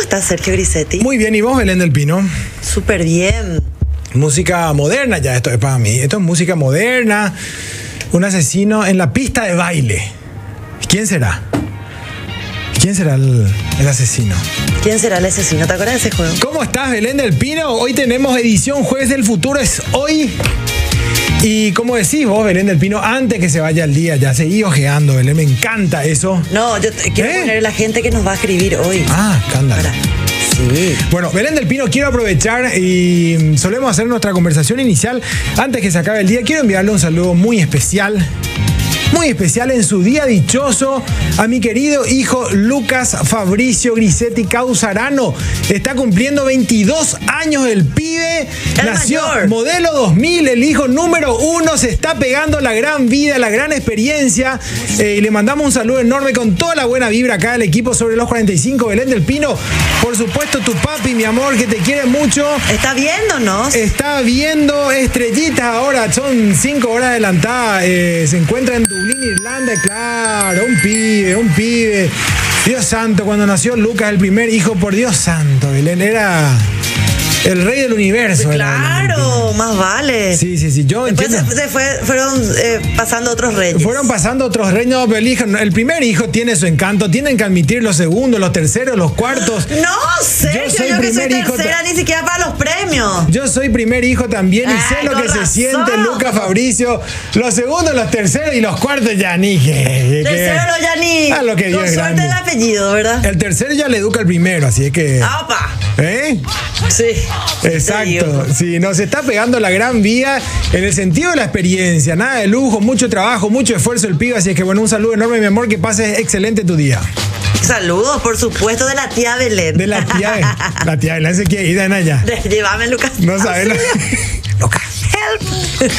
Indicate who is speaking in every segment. Speaker 1: estás, Sergio Grisetti?
Speaker 2: Muy bien, ¿y vos, Belén del Pino?
Speaker 1: Súper bien.
Speaker 2: Música moderna, ya esto es para mí. Esto es música moderna. Un asesino en la pista de baile. ¿Quién será? ¿Quién será el, el asesino?
Speaker 1: ¿Quién será el asesino? ¿Te acuerdas de ese juego?
Speaker 2: ¿Cómo estás, Belén del Pino? Hoy tenemos edición Jueves del Futuro, es hoy. Y como decís vos, Belén del Pino, antes que se vaya el día, ya seguí ojeando, Belén, me encanta eso.
Speaker 1: No, yo te- quiero
Speaker 2: ¿Eh?
Speaker 1: poner la gente que nos va a escribir hoy.
Speaker 2: Ah, escándalo.
Speaker 1: Para- Sí.
Speaker 2: Bueno, Belén del Pino, quiero aprovechar y mm, solemos hacer nuestra conversación inicial antes que se acabe el día. Quiero enviarle un saludo muy especial, muy especial en su día dichoso a mi querido hijo Lucas Fabricio Grisetti Causarano. Está cumpliendo 22 años el pibe.
Speaker 1: El
Speaker 2: Nació
Speaker 1: mayor.
Speaker 2: modelo 2000, el hijo número uno. Se está pegando la gran vida, la gran experiencia. Eh, y le mandamos un saludo enorme con toda la buena vibra acá al equipo sobre los 45. Belén del Pino, por supuesto, tu papi, mi amor, que te quiere mucho.
Speaker 1: ¿Está viéndonos?
Speaker 2: Está viendo estrellitas ahora, son cinco horas adelantadas. eh, se encuentra en Dublín, Irlanda, y claro, un pibe, un pibe. Dios santo, cuando nació Lucas, el primer hijo, por Dios santo, Belén era el rey del universo. era Belén del Pino.
Speaker 1: claro, más vale.
Speaker 2: Sí, sí, sí, yo
Speaker 1: Después
Speaker 2: entiendo.
Speaker 1: se, se fue- fueron eh, pasando otros reyes.
Speaker 2: Fueron pasando otros reinos, pero el, hijo- el primer hijo tiene su encanto, tienen que admitir los segundos, los terceros, los cuartos.
Speaker 1: No, Sergio, yo,
Speaker 2: soy
Speaker 1: que soy
Speaker 2: primer hijo
Speaker 1: tercera, ni siquiera para los premios.
Speaker 2: Yo soy primer hijo también y sé
Speaker 1: Ay,
Speaker 2: lo
Speaker 1: con
Speaker 2: que se
Speaker 1: razón.
Speaker 2: siente Lucas Fabricio. Los segundos, los terceros y los cuartos ya ni que- que-
Speaker 1: Tercero ya ni.
Speaker 2: Ah, lo que Dios
Speaker 1: Con
Speaker 2: es
Speaker 1: suerte
Speaker 2: grande. Eh.
Speaker 1: el apellido, ¿verdad?
Speaker 2: El tercero ya le educa al primero, así es que.
Speaker 1: Ah, ¡Apa!
Speaker 2: ¿Eh?
Speaker 1: Sí.
Speaker 2: Exacto, sí, nos está pegando la gran vía en el sentido de la experiencia, nada de lujo, mucho trabajo, mucho esfuerzo el pibe, así es que bueno, un saludo enorme mi amor, que pases excelente tu día.
Speaker 1: Saludos, por supuesto, de la tía Belén.
Speaker 2: De la tía, la tía Belén se quiere ir de allá.
Speaker 1: De- Llévame, Lucas.
Speaker 2: No sabes. lo-
Speaker 1: Lucas, help.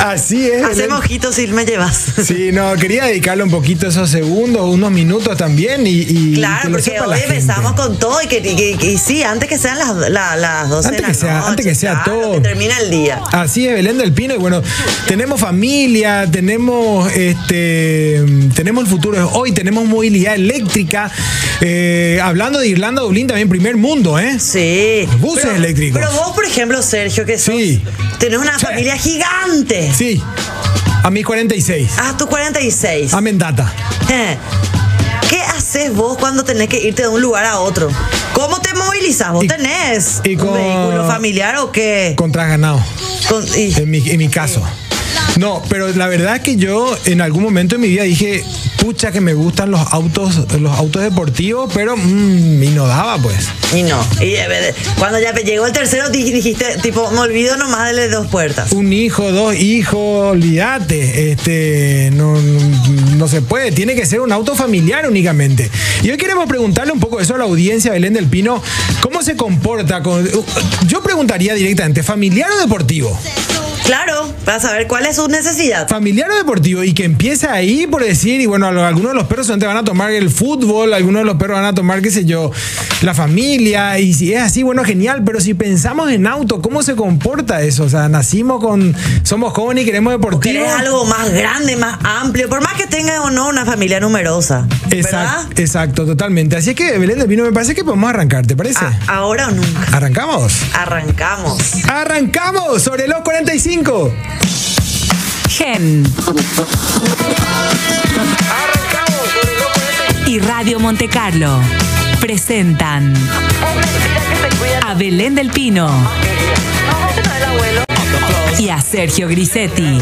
Speaker 2: Así es. Belén.
Speaker 1: Hacemos ojitos si me llevas.
Speaker 2: Sí, no, quería dedicarle un poquito esos segundos, unos minutos también y, y que
Speaker 1: Claro,
Speaker 2: lo
Speaker 1: porque
Speaker 2: sepa la
Speaker 1: hoy
Speaker 2: gente.
Speaker 1: empezamos con todo y que, y que- y- y sí, antes que sean las, la- las 12 de
Speaker 2: Antes
Speaker 1: la
Speaker 2: que sea-
Speaker 1: noche,
Speaker 2: antes que sea
Speaker 1: claro,
Speaker 2: todo.
Speaker 1: que termina el día.
Speaker 2: Así es, Belén del Pino. Y bueno, tenemos familia, tenemos este, tenemos el futuro de hoy, tenemos movilidad eléctrica. Eh, hablando de Irlanda, Dublín también primer mundo, ¿eh?
Speaker 1: Sí.
Speaker 2: Buses eléctricos.
Speaker 1: Pero vos, por ejemplo, Sergio, que sos,
Speaker 2: Sí.
Speaker 1: tenés una
Speaker 2: Sí.
Speaker 1: familia gigante.
Speaker 2: Sí, a mis 46.
Speaker 1: Ah, tú 46.
Speaker 2: Amén data.
Speaker 1: Eh. ¿Qué haces vos cuando tenés que irte de un lugar a otro? ¿Cómo te movilizás? ¿Vos
Speaker 2: Y-
Speaker 1: tenés
Speaker 2: y con-
Speaker 1: un vehículo familiar o qué?
Speaker 2: Contra ganado.
Speaker 1: Con- y-
Speaker 2: En mi, en mi caso. No, pero la verdad es que yo en algún momento de mi vida dije, pucha que me gustan los autos, los autos deportivos, pero mm, y no daba pues.
Speaker 1: Y no. Y eh, eh, cuando ya llegó el tercero, di- dijiste, tipo, me olvido nomás de las dos puertas.
Speaker 2: Un hijo, dos hijos, olvídate, este, no, no se puede, tiene que ser un auto familiar únicamente. Y hoy queremos preguntarle un poco eso a la audiencia, Belén del Pino, ¿cómo se comporta? Con, yo preguntaría directamente, ¿familiar o deportivo?
Speaker 1: Claro, para saber cuál es su necesidad.
Speaker 2: familiar o deportivo y que empieza ahí por decir, y bueno, a lo- algunos de los perros solamente van a tomar el fútbol, algunos de los perros van a tomar, qué sé yo, la familia, y si es así, bueno, genial, pero si pensamos en auto, ¿cómo se comporta eso? O sea, nacimos con, somos jóvenes y queremos deportivo.
Speaker 1: Querés algo más grande, más amplio, por más que tengas o no una familia numerosa. ¿Verdad?
Speaker 2: Exacto, exacto, totalmente. Así es que, Belén del Pino, me parece que podemos arrancar, ¿te parece?
Speaker 1: A- ahora o nunca.
Speaker 2: Arrancamos.
Speaker 1: Arrancamos.
Speaker 2: Arrancamos sobre los 45.
Speaker 3: Gen y Radio Monte Carlo presentan a Belén del Pino y a Sergio Grisetti,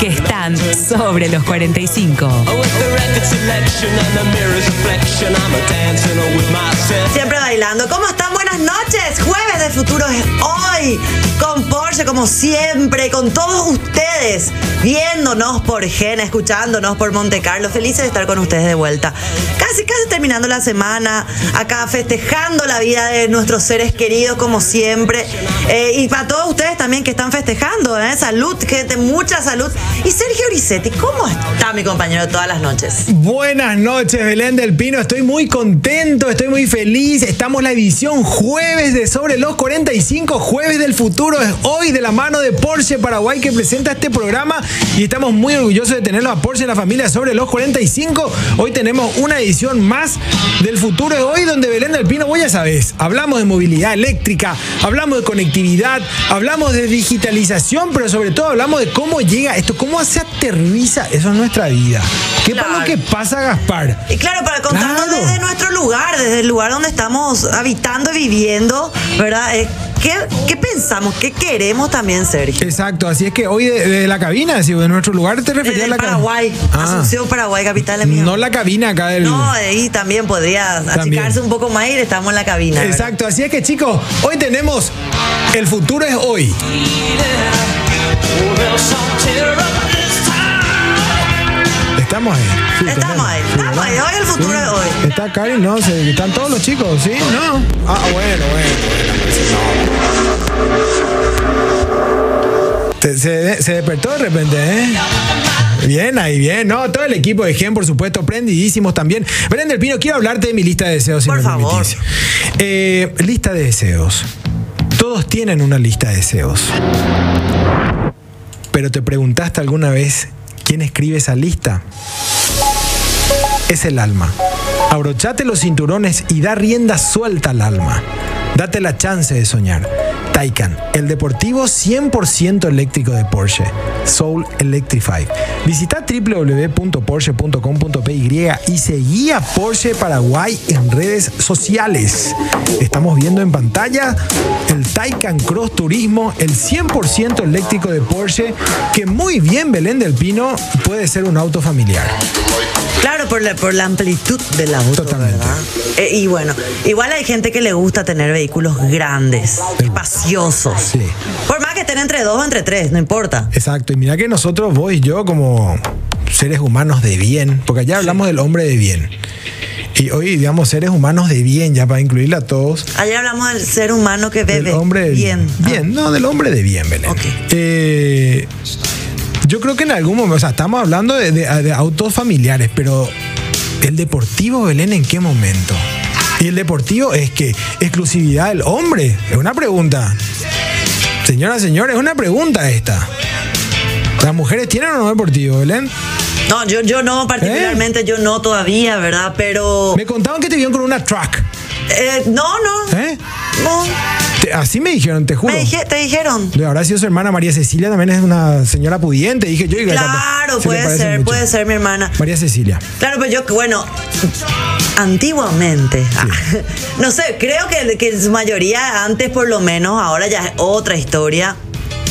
Speaker 3: que están sobre los 45.
Speaker 4: With the record selection and the mirror's reflection, I'm a dancing with myself.
Speaker 1: Siempre bailando. ¿Cómo están? Buenas noches. Jueves de Futuro es hoy. Con Porsche, como siempre, con todos ustedes. Viéndonos por Gena, escuchándonos por Monte Carlo. Felices de estar con ustedes de vuelta. Casi, casi terminando la semana. Acá festejando la vida de nuestros seres queridos, como siempre. Eh, y para todos ustedes también que están festejando. ¿eh? Salud, gente. Mucha salud. Y Sergio Grisetti, ¿cómo está mi compañero de todas las noches?
Speaker 2: Buenas noches, Belén del Pino. Estoy muy contento, estoy muy feliz. Estamos en la edición jueves de Sobre los 45, Jueves del Futuro, es hoy de la mano de Porsche Paraguay que presenta este programa y estamos muy orgullosos de tenerlo a Porsche en la familia sobre los 45. Hoy tenemos una edición más del Futuro es hoy donde Belén del Pino, vos ya sabés, hablamos de movilidad eléctrica, hablamos de conectividad, hablamos de digitalización, pero sobre todo hablamos de cómo llega esto, cómo se aterriza eso en nuestra vida. ¿Qué
Speaker 1: Claro.
Speaker 2: para lo que pasa, Gaspar?
Speaker 1: Y claro, para contarnos
Speaker 2: Claro.
Speaker 1: desde nuestro lugar, desde el lugar donde estamos habitando, viviendo, ¿verdad? Eh, ¿Qué, qué pensamos? ¿Qué queremos también, Sergio?
Speaker 2: Exacto, así es que hoy de, de la cabina, si de nuestro lugar te referías
Speaker 1: Desde
Speaker 2: a la
Speaker 1: el
Speaker 2: cabina.
Speaker 1: Paraguay,
Speaker 2: Ah,
Speaker 1: Asunción, Paraguay, capital de mi
Speaker 2: no la cabina acá del.
Speaker 1: No, ahí también podría
Speaker 2: También.
Speaker 1: achicarse un poco más y estamos en la cabina. ¿verdad?
Speaker 2: Exacto, así es que chicos, hoy tenemos El futuro es hoy. Estamos ahí. sí,
Speaker 1: Estamos ahí, estamos ahí. Hoy el futuro es hoy.
Speaker 2: Está Karen, no, se- están todos los chicos, ¿sí? No. Ah, bueno, bueno. Se, se- se despertó de repente, ¿eh? Bien, ahí bien. No, todo el equipo de Gen, por supuesto, prendidísimos también. Brenda El Pino, quiero hablarte de mi lista de deseos. si
Speaker 1: Por
Speaker 2: me
Speaker 1: favor.
Speaker 2: permitís. Eh, lista de deseos. Todos tienen una lista de deseos. Pero te preguntaste alguna vez quién escribe esa lista es el alma. Abrochate los cinturones y da rienda suelta al alma. Date la chance de soñar. Taycan, el deportivo 100% eléctrico de Porsche. Soul Electrify. Visita www.porsche.com.py y seguí a Porsche Paraguay en redes sociales. Estamos viendo en pantalla el Taycan Cross Turismo, el 100% eléctrico de Porsche, que muy bien Belén del Pino puede ser un auto familiar.
Speaker 1: Claro, por la, por la amplitud del auto,
Speaker 2: Totalmente.
Speaker 1: ¿verdad? Eh, y bueno, igual hay gente que le gusta tener vehículos grandes, espaciosos.
Speaker 2: Sí.
Speaker 1: Por más que estén entre dos o entre tres, no importa.
Speaker 2: Exacto, y mira que nosotros, vos y yo, como seres humanos de bien, porque allá hablamos del hombre de bien. Y hoy, digamos, seres humanos de bien, ya para incluirle a todos.
Speaker 1: Ayer hablamos del ser humano que
Speaker 2: Del
Speaker 1: bebe.
Speaker 2: hombre de bien.
Speaker 1: bien. Ah,
Speaker 2: Bien, no, del hombre de bien, Belén.
Speaker 1: Ok.
Speaker 2: Eh, yo creo que en algún momento, o sea, estamos hablando de, de- de autos familiares, pero el deportivo, Belén, ¿en qué momento? Y el deportivo es que exclusividad del hombre, es una pregunta. Señora, señores, es una pregunta esta. ¿Las mujeres tienen o no deportivo, Belén?
Speaker 1: No, yo, yo no, particularmente yo no todavía, ¿verdad? Pero.
Speaker 2: ¿Eh? Me contaban que te vieron con una truck.
Speaker 1: eh, no, no.
Speaker 2: ¿eh?
Speaker 1: No.
Speaker 2: Te- así me dijeron, te juro.
Speaker 1: Me dije- te dijeron.
Speaker 2: Le habrá sido su hermana María Cecilia, también es una señora pudiente. Dije yo, y
Speaker 1: Claro,
Speaker 2: se le
Speaker 1: puede
Speaker 2: parece
Speaker 1: ser,
Speaker 2: mucho.
Speaker 1: puede ser mi hermana.
Speaker 2: María Cecilia.
Speaker 1: Claro, pero yo, bueno, antiguamente, ah, no sé, creo que, que en su mayoría, antes por lo menos, ahora ya es otra historia.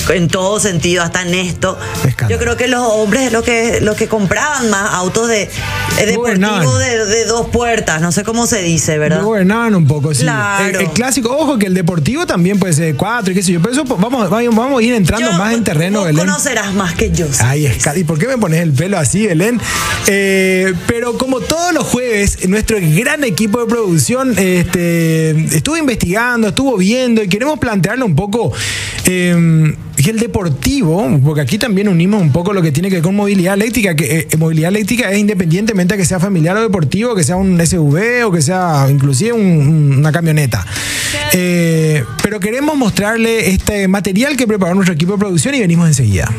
Speaker 1: En todo sentido, hasta en esto.
Speaker 2: Escándalo.
Speaker 1: Yo creo que los hombres, los que, los que compraban más autos de, eh, deportivos
Speaker 2: Gobernaban.
Speaker 1: de, de dos puertas, no sé cómo se dice,
Speaker 2: Me
Speaker 1: ¿verdad?
Speaker 2: gobernaban un poco, sí.
Speaker 1: Claro.
Speaker 2: El, el clásico, ojo que el deportivo también puede ser cuatro y qué sé yo. Pero eso pues, vamos, vamos, vamos a ir entrando
Speaker 1: Yo- pues,
Speaker 2: más en terreno,
Speaker 1: vos
Speaker 2: Belén. Ah.
Speaker 1: conocerás más que yo.
Speaker 2: Ay, Escali, ¿por qué me pones el pelo así, Belén? Eh, pero como todos los jueves, nuestro gran equipo de producción este, estuvo investigando, estuvo viendo y queremos plantearle un poco eh, que el deportivo, porque aquí también unimos un poco lo que tiene que ver con movilidad eléctrica, que eh, movilidad eléctrica es independientemente a que sea familiar o deportivo, que sea un SUV o que sea inclusive un- un- una camioneta. Eh, pero queremos mostrarle este material que preparó nuestro equipo de producción y venimos enseguida.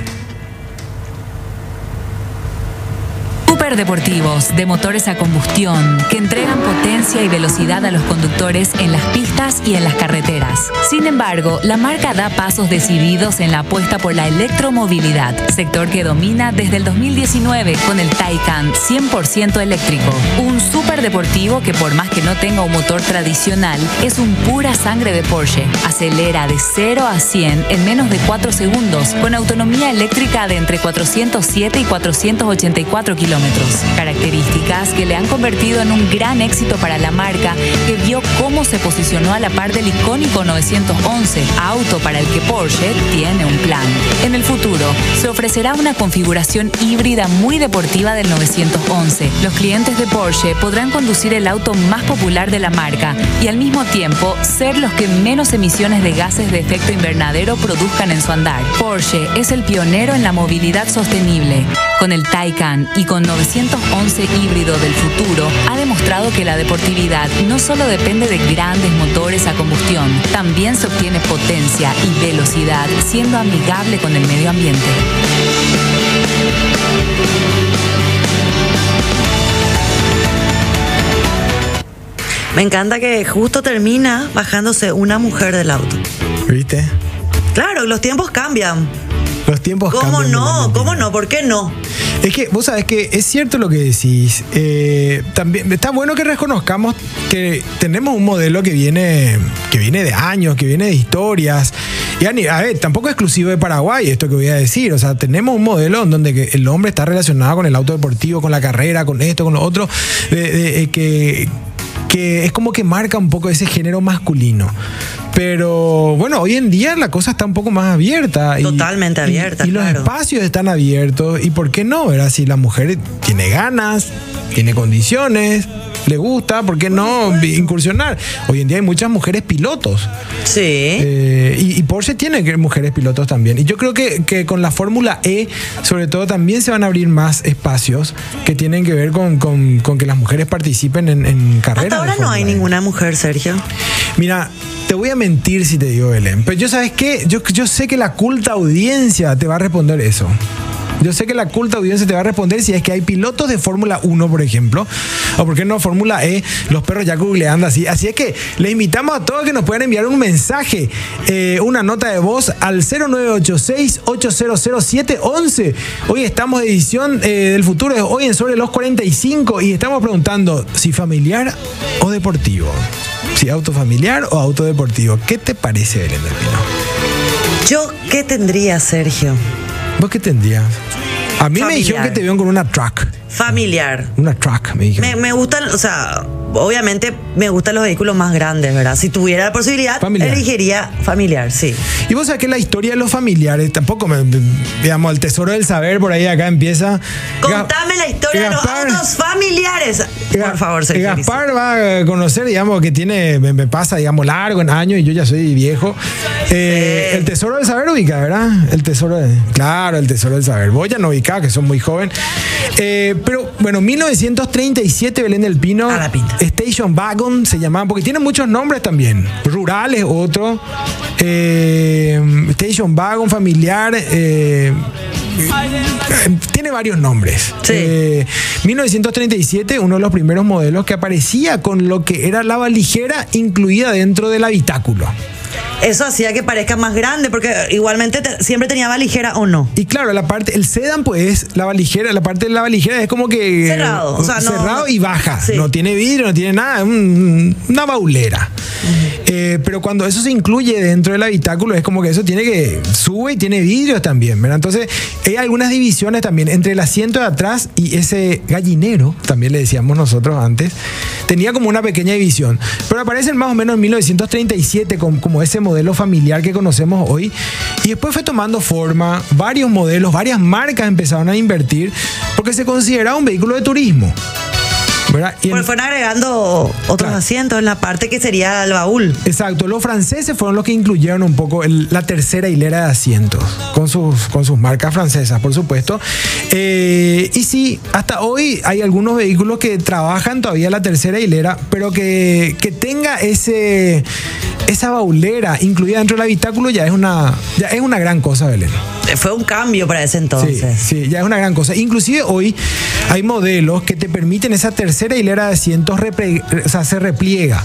Speaker 3: Superdeportivos de motores a combustión que entregan potencia y velocidad a los conductores en las pistas y en las carreteras. Sin embargo, la marca da pasos decididos en la apuesta por la electromovilidad, sector que domina desde el 2019 con el Taycan 100% eléctrico. Un superdeportivo que por más que no tenga un motor tradicional, es un pura sangre de Porsche. Acelera de 0 a 100 en menos de 4 segundos con autonomía eléctrica de entre 407 y 484 kilómetros. Características que le han convertido en un gran éxito para la marca que vio cómo se posicionó a la par del icónico 911, auto para el que Porsche tiene un plan. En el futuro se ofrecerá una configuración híbrida muy deportiva del 911. Los clientes de Porsche podrán conducir el auto más popular de la marca y al mismo tiempo ser los que menos emisiones de gases de efecto invernadero produzcan en su andar. Porsche es el pionero en la movilidad sostenible. Con el Taycan y con 911 911 híbrido del futuro ha demostrado que la deportividad no solo depende de grandes motores a combustión, también se obtiene potencia y velocidad siendo amigable con el medio ambiente.
Speaker 1: Me encanta que justo termina bajándose una mujer del auto.
Speaker 2: ¿Viste?
Speaker 1: Claro, los tiempos cambian.
Speaker 2: Los tiempos
Speaker 1: ¿Cómo
Speaker 2: cambian
Speaker 1: no?
Speaker 2: totalmente.
Speaker 1: ¿Cómo no? ¿Por qué no?
Speaker 2: Es que vos sabés que es cierto lo que decís. Eh, también está bueno que reconozcamos que tenemos un modelo que viene, que viene de años, que viene de historias. Y a, ni- a ver, tampoco es exclusivo de Paraguay esto que voy a decir. O sea, tenemos un modelo en donde que el hombre está relacionado con el auto deportivo, con la carrera, con esto, con lo otro, de- de- eh, que, que es como que marca un poco ese género masculino. Pero bueno, hoy en día la cosa está un poco más abierta. y-
Speaker 1: Totalmente
Speaker 2: y-
Speaker 1: abierta,
Speaker 2: Y, los
Speaker 1: claro.
Speaker 2: espacios espacios están abiertos y por qué no, ¿verdad? Si la mujer tiene ganas, tiene condiciones, le gusta, ¿por qué no incursionar? Hoy en día hay muchas mujeres pilotos
Speaker 1: Sí.
Speaker 2: eh, y, y Porsche tiene que- mujeres pilotos también. Y yo creo que, que con la Fórmula E, sobre todo, también se van a abrir más espacios que tienen que ver con, con- con que las mujeres participen en, en carreras.
Speaker 1: Hasta
Speaker 2: de
Speaker 1: ahora no
Speaker 2: Fórmula
Speaker 1: hay
Speaker 2: E.
Speaker 1: ninguna mujer, Sergio.
Speaker 2: Mira, te voy a mentir si te digo, Belén. Pero yo, ¿sabes qué? Yo, yo sé que la culta audiencia te va a responder eso. Yo sé que la culta audiencia te va a responder si es que hay pilotos de Fórmula 1, por ejemplo, o por qué no Fórmula E, los perros ya googleando así. Así es que les invitamos a todos que nos puedan enviar un mensaje, eh, una nota de voz al 0986-800-711. Hoy estamos de edición eh, del futuro, es hoy en sobre los 45 y estamos preguntando si familiar o deportivo. Si auto familiar o auto deportivo. ¿Qué te parece, Belén del Pino?
Speaker 1: ¿Yo qué tendría, Sergio?
Speaker 2: ¿Vos qué tendrías? A mí me
Speaker 1: Familiar.
Speaker 2: dijeron que te vieron con una truck.
Speaker 1: Familiar.
Speaker 2: Una truck, me dijeron.
Speaker 1: Me, me gustan, o sea, obviamente me gustan los vehículos más grandes, ¿verdad? Si tuviera la posibilidad,
Speaker 2: Familiar.
Speaker 1: elegiría familiar, sí.
Speaker 2: Y vos sabés que la historia de los familiares, tampoco, me, me- digamos, el tesoro del saber por ahí acá empieza.
Speaker 1: Contame la historia de los autos familiares.
Speaker 2: Ga-
Speaker 1: Por favor, Sergio.
Speaker 2: eh, Gaspar va a conocer, digamos, que tiene, me, me pasa, digamos, largo en años y yo ya soy viejo. Eh, El tesoro del saber ubica, ¿verdad? El tesoro de- Claro, el tesoro del saber. Vos ya no ubicás, que son muy joven. Eh, pero bueno, 1937, Belén del Pino.
Speaker 1: A la pinta.
Speaker 2: Station Wagon se llamaban, porque tienen muchos nombres también. Rural es otro. eh, Station Wagon, familiar. eh, tiene varios nombres.
Speaker 1: Sí.
Speaker 2: Eh, 1937, uno de los primeros modelos que aparecía con lo que era la valijera incluida dentro del habitáculo.
Speaker 1: Eso hacía que parezca más grande, porque igualmente te- siempre tenía valijera o no.
Speaker 2: Y claro, la parte, el sedán, pues, la valijera, la parte de la valijera es como que.
Speaker 1: Cerrado, o sea, no-
Speaker 2: cerrado y baja.
Speaker 1: Sí.
Speaker 2: No tiene vidrio, no tiene nada, es un- una baulera. Eh, pero cuando eso se incluye dentro del habitáculo, es como que eso tiene que. sube y tiene vidrios también, ¿verdad? Entonces, hay algunas divisiones también entre el asiento de atrás y ese gallinero, también le decíamos nosotros antes, tenía como una pequeña división. Pero aparecen más o menos en 1937 com- como ese modelo familiar que conocemos hoy. Y después fue tomando forma, varios modelos, varias marcas empezaron a invertir porque se consideraba un vehículo de turismo. ¿verdad? Y en-
Speaker 1: Porque fueron agregando otros
Speaker 2: Claro.
Speaker 1: asientos en la parte que sería el baúl.
Speaker 2: Exacto, los franceses fueron los que incluyeron un poco el- la tercera hilera de asientos con sus, con sus marcas francesas, por supuesto. Eh, y sí, hasta hoy hay algunos vehículos que trabajan todavía la tercera hilera, pero que, que tenga ese, esa baulera incluida dentro del habitáculo ya es una, ya es una gran cosa, Belén.
Speaker 1: Eh, Fue un cambio para ese
Speaker 2: Sí,
Speaker 1: entonces.
Speaker 2: sí, ya es una gran cosa. Inclusive hoy hay modelos que te permiten esa tercera hilera de asientos, repre- o sea, se repliega.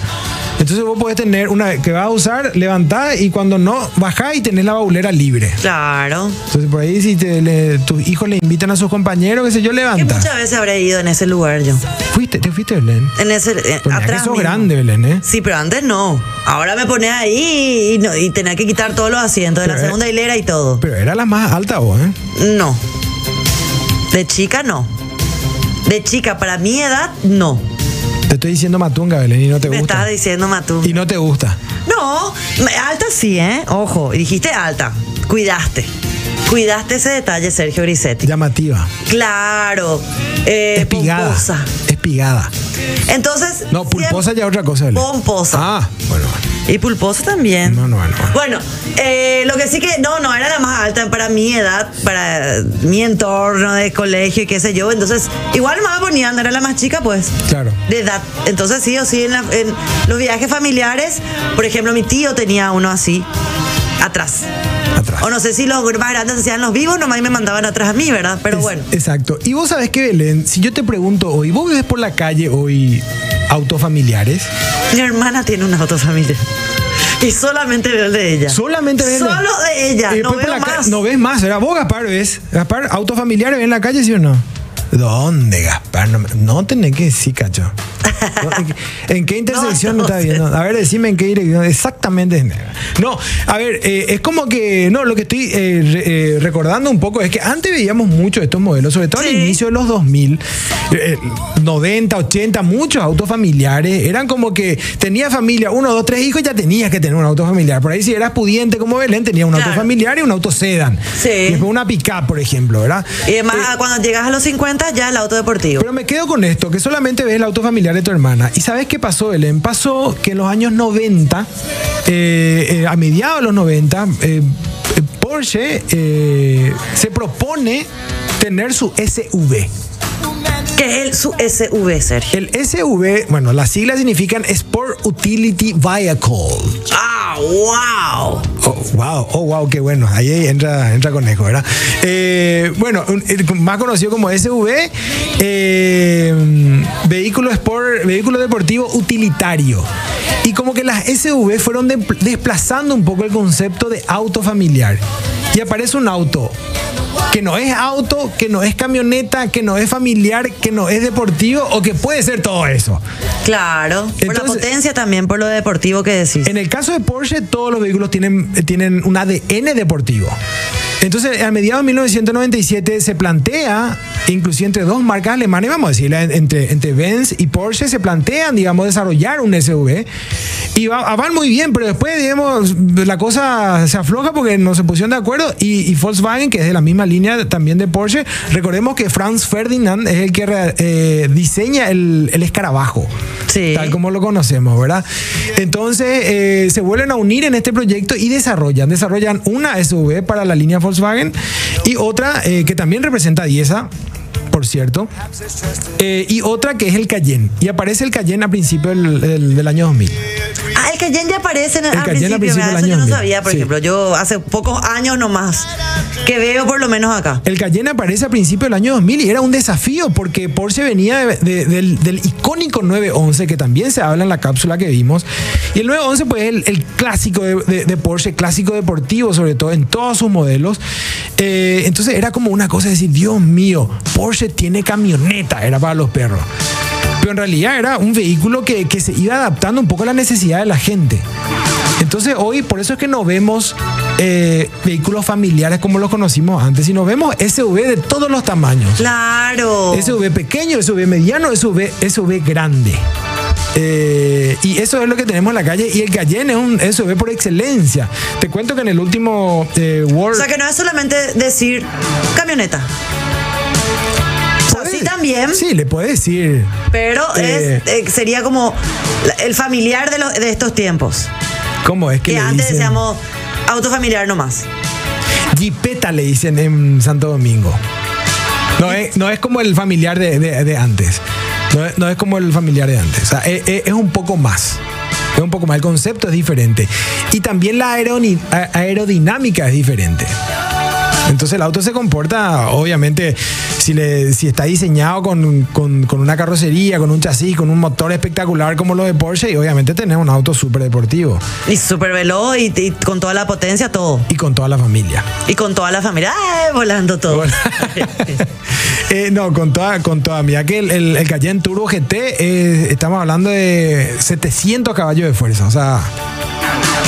Speaker 2: Entonces vos podés tener una que vas a usar, levantá y cuando no, bajá y tenés la baulera libre.
Speaker 1: Claro.
Speaker 2: Entonces por ahí si te- le- tus hijos le invitan a sus compañeros, qué sé yo,
Speaker 1: Que
Speaker 2: levanta.
Speaker 1: muchas veces habré ido en ese lugar yo.
Speaker 2: Fuiste, te fuiste, Belén.
Speaker 1: En ese. eh,
Speaker 2: Pues mira que
Speaker 1: atrás.
Speaker 2: sos
Speaker 1: mismo.
Speaker 2: grande, Belén, ¿eh?
Speaker 1: Sí, pero antes no. Ahora me pones ahí y, no- y tenía que quitar todos los asientos de la
Speaker 2: Pero, eh,
Speaker 1: segunda hilera y todo.
Speaker 2: Pero era la más alta vos, ¿eh?
Speaker 1: No. De chica no. De chica, para mi edad, no.
Speaker 2: Te estoy diciendo matunga, Belén, y no te
Speaker 1: Me
Speaker 2: gusta.
Speaker 1: estás diciendo Matú.
Speaker 2: Y no te gusta.
Speaker 1: No, me- alta sí, ¿eh? Ojo, y dijiste alta. Cuidaste. Cuidaste ese detalle, Sergio Grisetti.
Speaker 2: Llamativa.
Speaker 1: Claro. Eh,
Speaker 2: Espigada.
Speaker 1: pomposa.
Speaker 2: Espigada.
Speaker 1: Entonces.
Speaker 2: No, pulposa
Speaker 1: siempre-
Speaker 2: ya otra cosa. Belén.
Speaker 1: Pomposa.
Speaker 2: Ah, bueno. bueno.
Speaker 1: Y pulposo también.
Speaker 2: No, no, no.
Speaker 1: Bueno, eh, lo que sí que no, no era la más alta para mi edad, para mi entorno de colegio y qué sé yo. Entonces, igual me ponían, era la más chica, pues.
Speaker 2: Claro.
Speaker 1: De edad. Entonces, sí o sí, en, la- en los viajes familiares, por ejemplo, mi tío tenía uno así, atrás.
Speaker 2: Atrás.
Speaker 1: O no sé si los más grandes hacían los vivos, nomás y me mandaban atrás a mí, ¿verdad? Pero
Speaker 2: Es-
Speaker 1: bueno.
Speaker 2: Exacto. Y vos sabés que, Belén, si yo te pregunto hoy, ¿vos ves por la calle hoy autos familiares?
Speaker 1: Mi hermana tiene una otra familia. Y solamente veo el de ella.
Speaker 2: Solamente ves.
Speaker 1: Solo de ella.
Speaker 2: Y
Speaker 1: no
Speaker 2: después por
Speaker 1: veo
Speaker 2: la ca-
Speaker 1: más.
Speaker 2: No ves más, ¿verdad? Vos, Gaspar, ves. Gaspar, autos familiares ves en la calle, ¿sí o no? ¿Dónde, Gaspar? No, me- no tenés que decir, cacho. No, ¿En qué- en qué intersección
Speaker 1: No,
Speaker 2: me
Speaker 1: no
Speaker 2: estás
Speaker 1: sé.
Speaker 2: viendo? A ver, decime en qué dirección. Exactamente. No, a ver, eh, es como que. No, lo que estoy eh, re- eh, recordando un poco es que antes veíamos mucho de estos modelos, sobre todo al
Speaker 1: Sí.
Speaker 2: inicio de los 2000, eh, eh, 90, 80, muchos autos familiares. Eran como que tenía familia, uno, dos, tres hijos, ya tenías que tener un auto familiar. Por ahí, si eras pudiente como Belén, tenía un auto
Speaker 1: Claro.
Speaker 2: familiar y un auto sedan.
Speaker 1: Sí.
Speaker 2: Y después una pick-up, por ejemplo, ¿verdad? Eh,
Speaker 1: Y además, ah, cuando llegas a los 50, ya el auto deportivo.
Speaker 2: Pero me quedo con esto, que solamente ves el auto familiar de tu hermana. ¿Y sabes qué pasó, Belén? Pasó que en los años 90, eh, eh, a mediados de los 90, eh, eh, Porsche eh, se propone tener su SUV.
Speaker 1: Que es el, su SV, Sergio.
Speaker 2: El SUV, bueno, las siglas significan Sport Utility Vehicle.
Speaker 1: ¡Ah, wow!
Speaker 2: Oh, wow, oh, wow, qué bueno. Ahí entra, entra conejo, ¿verdad? Eh, bueno, un- el más conocido como SUV, eh, vehículo, sport, vehículo deportivo utilitario. Y como que las SUV fueron de- desplazando un poco el concepto de auto familiar. Y aparece un auto que no es auto, que no es camioneta, que no es familiar, que no es deportivo o que puede ser todo eso.
Speaker 1: Claro. por la
Speaker 2: Entonces-
Speaker 1: potencia también, por lo deportivo que decís.
Speaker 2: En el caso de Porsche, todos los vehículos tienen, tienen un ADN deportivo. Entonces, a mediados de 1997 se plantea, inclusive entre dos marcas alemanas, vamos a decir, entre, entre Benz y Porsche, se plantean, digamos, desarrollar un SUV. Y va- ah, van muy bien, pero después, digamos, la cosa se afloja porque no se pusieron de acuerdo. Y, y Volkswagen, que es de la misma línea también de Porsche, recordemos que Franz Ferdinand es el que re- eh, diseña el, el escarabajo.
Speaker 1: Sí.
Speaker 2: Tal como como lo conocemos, ¿verdad? Entonces eh, se vuelven a unir en este proyecto y desarrollan, desarrollan una SUV para la línea Volkswagen y otra eh, que también representa a Diesa, por cierto, eh, y otra que es el Cayenne. Y aparece el Cayenne a principios del, del- del año 2000.
Speaker 1: Ah, el Cayenne ya aparece en el,
Speaker 2: El
Speaker 1: al
Speaker 2: Cayenne
Speaker 1: principio,
Speaker 2: al principio
Speaker 1: ¿verdad?
Speaker 2: del
Speaker 1: Eso
Speaker 2: año
Speaker 1: yo no
Speaker 2: bien.
Speaker 1: sabía, por
Speaker 2: Sí.
Speaker 1: ejemplo. Yo hace pocos años nomás que veo por lo menos acá.
Speaker 2: El Cayenne aparece a principios del año 2000 y era un desafío porque Porsche venía de- de- del, del icónico 911 que también se habla en la cápsula que vimos. Y el 911 pues es el, el clásico de, de- de Porsche, clásico deportivo sobre todo en todos sus modelos. Eh, entonces era como una cosa de decir, Dios mío, Porsche tiene camioneta, era para los perros. Pero en realidad era un vehículo que, que se iba adaptando un poco a la necesidad de la gente. Entonces hoy por eso es que no vemos eh, vehículos familiares como los conocimos antes, sino vemos SUV de todos los tamaños.
Speaker 1: Claro.
Speaker 2: SUV pequeño, SUV mediano, SUV, SUV grande. Eh, y eso es lo que tenemos en la calle. Y el Cayenne es un SUV por excelencia. Te cuento que en el último eh,
Speaker 1: O
Speaker 2: World...
Speaker 1: sea que no es solamente decir camioneta. O sea, sí
Speaker 2: Podés-
Speaker 1: también,
Speaker 2: Sí, le puedes decir...
Speaker 1: pero
Speaker 2: Eh.
Speaker 1: es, eh, sería como la- el familiar de, los- de estos tiempos.
Speaker 2: ¿Cómo es que,
Speaker 1: Que
Speaker 2: le
Speaker 1: antes
Speaker 2: dicen?
Speaker 1: decíamos auto familiar nomás.
Speaker 2: Jipeta le dicen en Santo Domingo. No es, no es como el familiar de, de- de antes. No es, no es como el familiar de antes. O sea, es, es- es un poco más. Es un poco más. El concepto es diferente. Y también la aeroni- a- aerodinámica es diferente. Entonces el auto se comporta, obviamente, si, le, si está diseñado con, con- con una carrocería, con un chasis, con un motor espectacular como los de Porsche, y obviamente tenés un auto súper deportivo
Speaker 1: Y súper veloz y, y con toda la potencia, todo.
Speaker 2: y con toda la familia.
Speaker 1: Y con toda la familia. ¡ay! volando todo.
Speaker 2: Bueno. Eh, no, con toda, con toda. Mira que el, el, el Cayenne Turbo GT, eh, estamos hablando de 700 caballos de fuerza. O sea,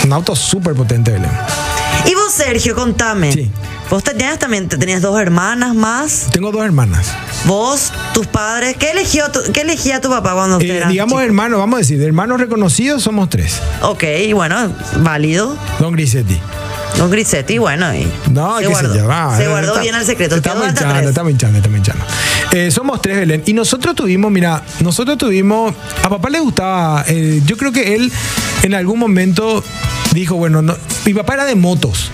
Speaker 2: un auto súper potente, Belén.
Speaker 1: y vos, Sergio, contame.
Speaker 2: Sí.
Speaker 1: Vos tenías también, tenías dos hermanas más.
Speaker 2: Tengo dos hermanas.
Speaker 1: Vos, tus padres. ¿Qué, eligió tu- qué elegía tu papá cuando
Speaker 2: Eh,
Speaker 1: usted era
Speaker 2: digamos eh,
Speaker 1: chico?
Speaker 2: hermanos, vamos a decir, de hermanos reconocidos somos tres.
Speaker 1: Ok, bueno, válido.
Speaker 2: Don Grisetti.
Speaker 1: Don Grisetti, bueno, y
Speaker 2: No,
Speaker 1: se
Speaker 2: qué
Speaker 1: guardó,
Speaker 2: sé yo, va,
Speaker 1: se
Speaker 2: eh,
Speaker 1: guardó
Speaker 2: está-
Speaker 1: bien el secreto. quedó
Speaker 2: Estamos
Speaker 1: hasta
Speaker 2: hinchando,
Speaker 1: tres.
Speaker 2: estamos hinchando, estamos hinchando. Eh, somos tres, Belén. Y nosotros tuvimos, mira, nosotros tuvimos. A papá le gustaba. eh, yo creo que él en algún momento dijo, bueno, no- mi papá era de motos,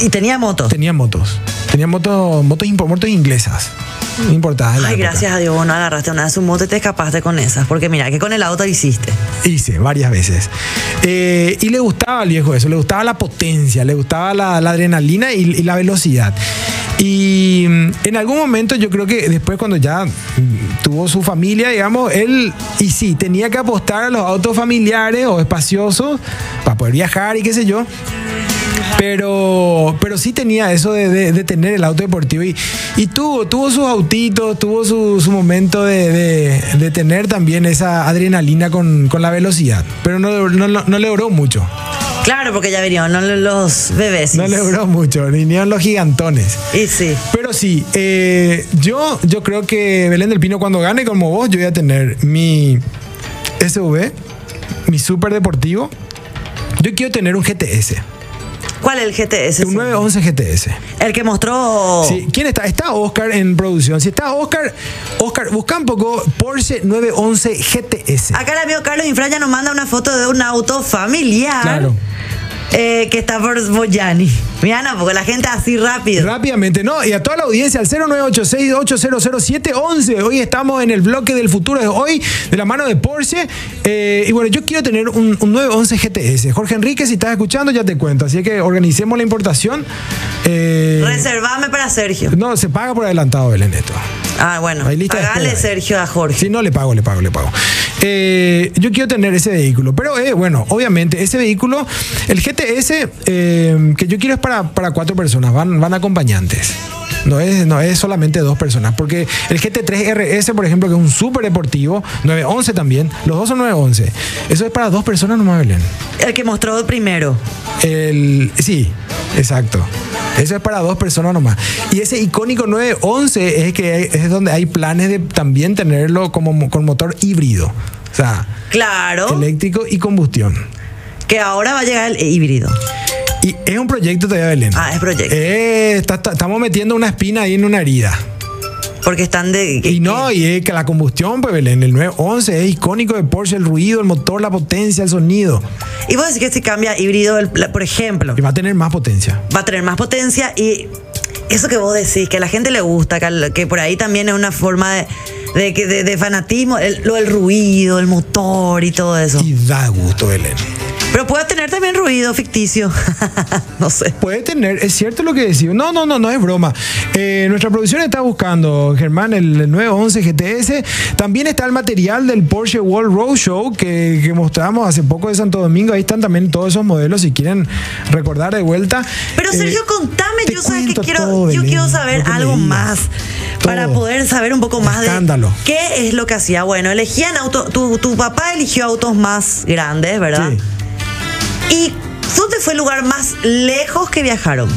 Speaker 1: Y tenía motos.
Speaker 2: tenía motos, tenía moto- motos, impo- motos inglesas, importadas. en la
Speaker 1: Ay,
Speaker 2: época.
Speaker 1: gracias a Dios, vos no agarraste una de sus motos y te escapaste con esas. Porque mira, que con el auto hiciste.
Speaker 2: Hice varias veces. Eh, y le gustaba al viejo eso, le gustaba la potencia, le gustaba la, la adrenalina y, y la velocidad. Y mm, en algún momento yo creo que después cuando ya mm, tuvo su familia, digamos, él, y sí, tenía que apostar a los autos familiares o espaciosos para poder viajar y qué sé yo. Pero, pero sí tenía eso de, de- de tener el auto deportivo y, y tuvo, tuvo sus autitos, tuvo su, su momento de, de- de tener también esa adrenalina con, con la velocidad. Pero no, no, no- no le duró mucho.
Speaker 1: Claro, porque ya vinieron ¿no? los bebés.
Speaker 2: No le duró mucho. Vinieron los gigantones.
Speaker 1: Y sí.
Speaker 2: Pero sí, eh, yo, yo creo que Belén del Pino cuando gane como vos, yo voy a tener mi SV, mi super deportivo. Yo quiero tener un GTS,
Speaker 1: ¿Cuál es el GTS?
Speaker 2: un 911 GTS.
Speaker 1: El que mostró.
Speaker 2: Sí, ¿Quién está? Está Oscar en producción. Si está Oscar, Oscar, busca un poco Porsche 911 GTS.
Speaker 1: Acá el amigo Carlos Infra ya nos manda una foto de un auto familiar.
Speaker 2: Claro.
Speaker 1: eh, que está por Boyani. Mira, no, porque la gente así rápido.
Speaker 2: Rápidamente, no, y a toda la audiencia al 0986-800711. Hoy estamos en el bloque del futuro de hoy, de la mano de Porsche. Eh, y bueno, yo quiero tener un, un 911 GTS. Jorge Enrique, si estás escuchando, ya te cuento. Así que organicemos la importación. Eh,
Speaker 1: Reservame para Sergio.
Speaker 2: no, se paga por adelantado, Belén, esto.
Speaker 1: Ah, bueno.
Speaker 2: Hay lista de
Speaker 1: Pagale
Speaker 2: espera ahí.
Speaker 1: Sergio a Jorge.
Speaker 2: Si no, le pago, le pago, le pago. Eh, yo quiero tener ese vehículo. Pero, eh, bueno, obviamente, ese vehículo, el GTS eh, que yo quiero es para, para cuatro personas, van, van acompañantes. No es, no es solamente dos personas, porque el GT3 RS, por ejemplo, que es un súper deportivo, 911 también, los dos son 911. Eso es para dos personas nomás, Belén.
Speaker 1: El que mostró primero.
Speaker 2: El, sí, exacto. Eso es para dos personas nomás. Y ese icónico 911 es que es donde hay planes de también tenerlo como mo- con motor híbrido. O sea,
Speaker 1: Claro.
Speaker 2: eléctrico y combustión.
Speaker 1: Que ahora va a llegar el híbrido.
Speaker 2: Y es un proyecto todavía, Belén.
Speaker 1: Ah, es proyecto.
Speaker 2: Eh, está- está- estamos metiendo una espina ahí en una herida.
Speaker 1: Porque están de.
Speaker 2: Y no, y es que la combustión, pues Belén, el 911 es icónico de Porsche, el ruido, el motor, la potencia, el sonido.
Speaker 1: Y vos decís que si cambia híbrido, el- la- por ejemplo,
Speaker 2: Y va a tener más potencia.
Speaker 1: va a tener más potencia y eso que vos decís, que a la gente le gusta, que, al- que por ahí también es una forma de, de, que- de- de fanatismo, el, lo del ruido, el motor y todo eso.
Speaker 2: Y da gusto, Belén.
Speaker 1: Pero puede tener también ruido ficticio. no sé.
Speaker 2: Puede tener, es cierto lo que decimos. No, no, no, no es broma. Eh, nuestra producción está buscando, Germán, el, el 911 GTS. También está el material del Porsche World Road Show que, que mostramos hace poco de Santo Domingo. Ahí están también todos esos modelos, si quieren recordar de vuelta.
Speaker 1: Pero
Speaker 2: Eh,
Speaker 1: Sergio, contame,
Speaker 2: te
Speaker 1: yo sabes que
Speaker 2: cuento
Speaker 1: quiero,
Speaker 2: todo,
Speaker 1: yo
Speaker 2: Belén,
Speaker 1: quiero saber
Speaker 2: lo que me
Speaker 1: algo
Speaker 2: digas.
Speaker 1: más para
Speaker 2: Todo.
Speaker 1: poder saber un poco más
Speaker 2: Escándalo.
Speaker 1: de qué es lo que hacía. Bueno, elegían autos, tu, tu papá eligió autos más grandes, ¿verdad?
Speaker 2: Sí.
Speaker 1: ¿Y dónde fue el lugar más lejos que viajaron?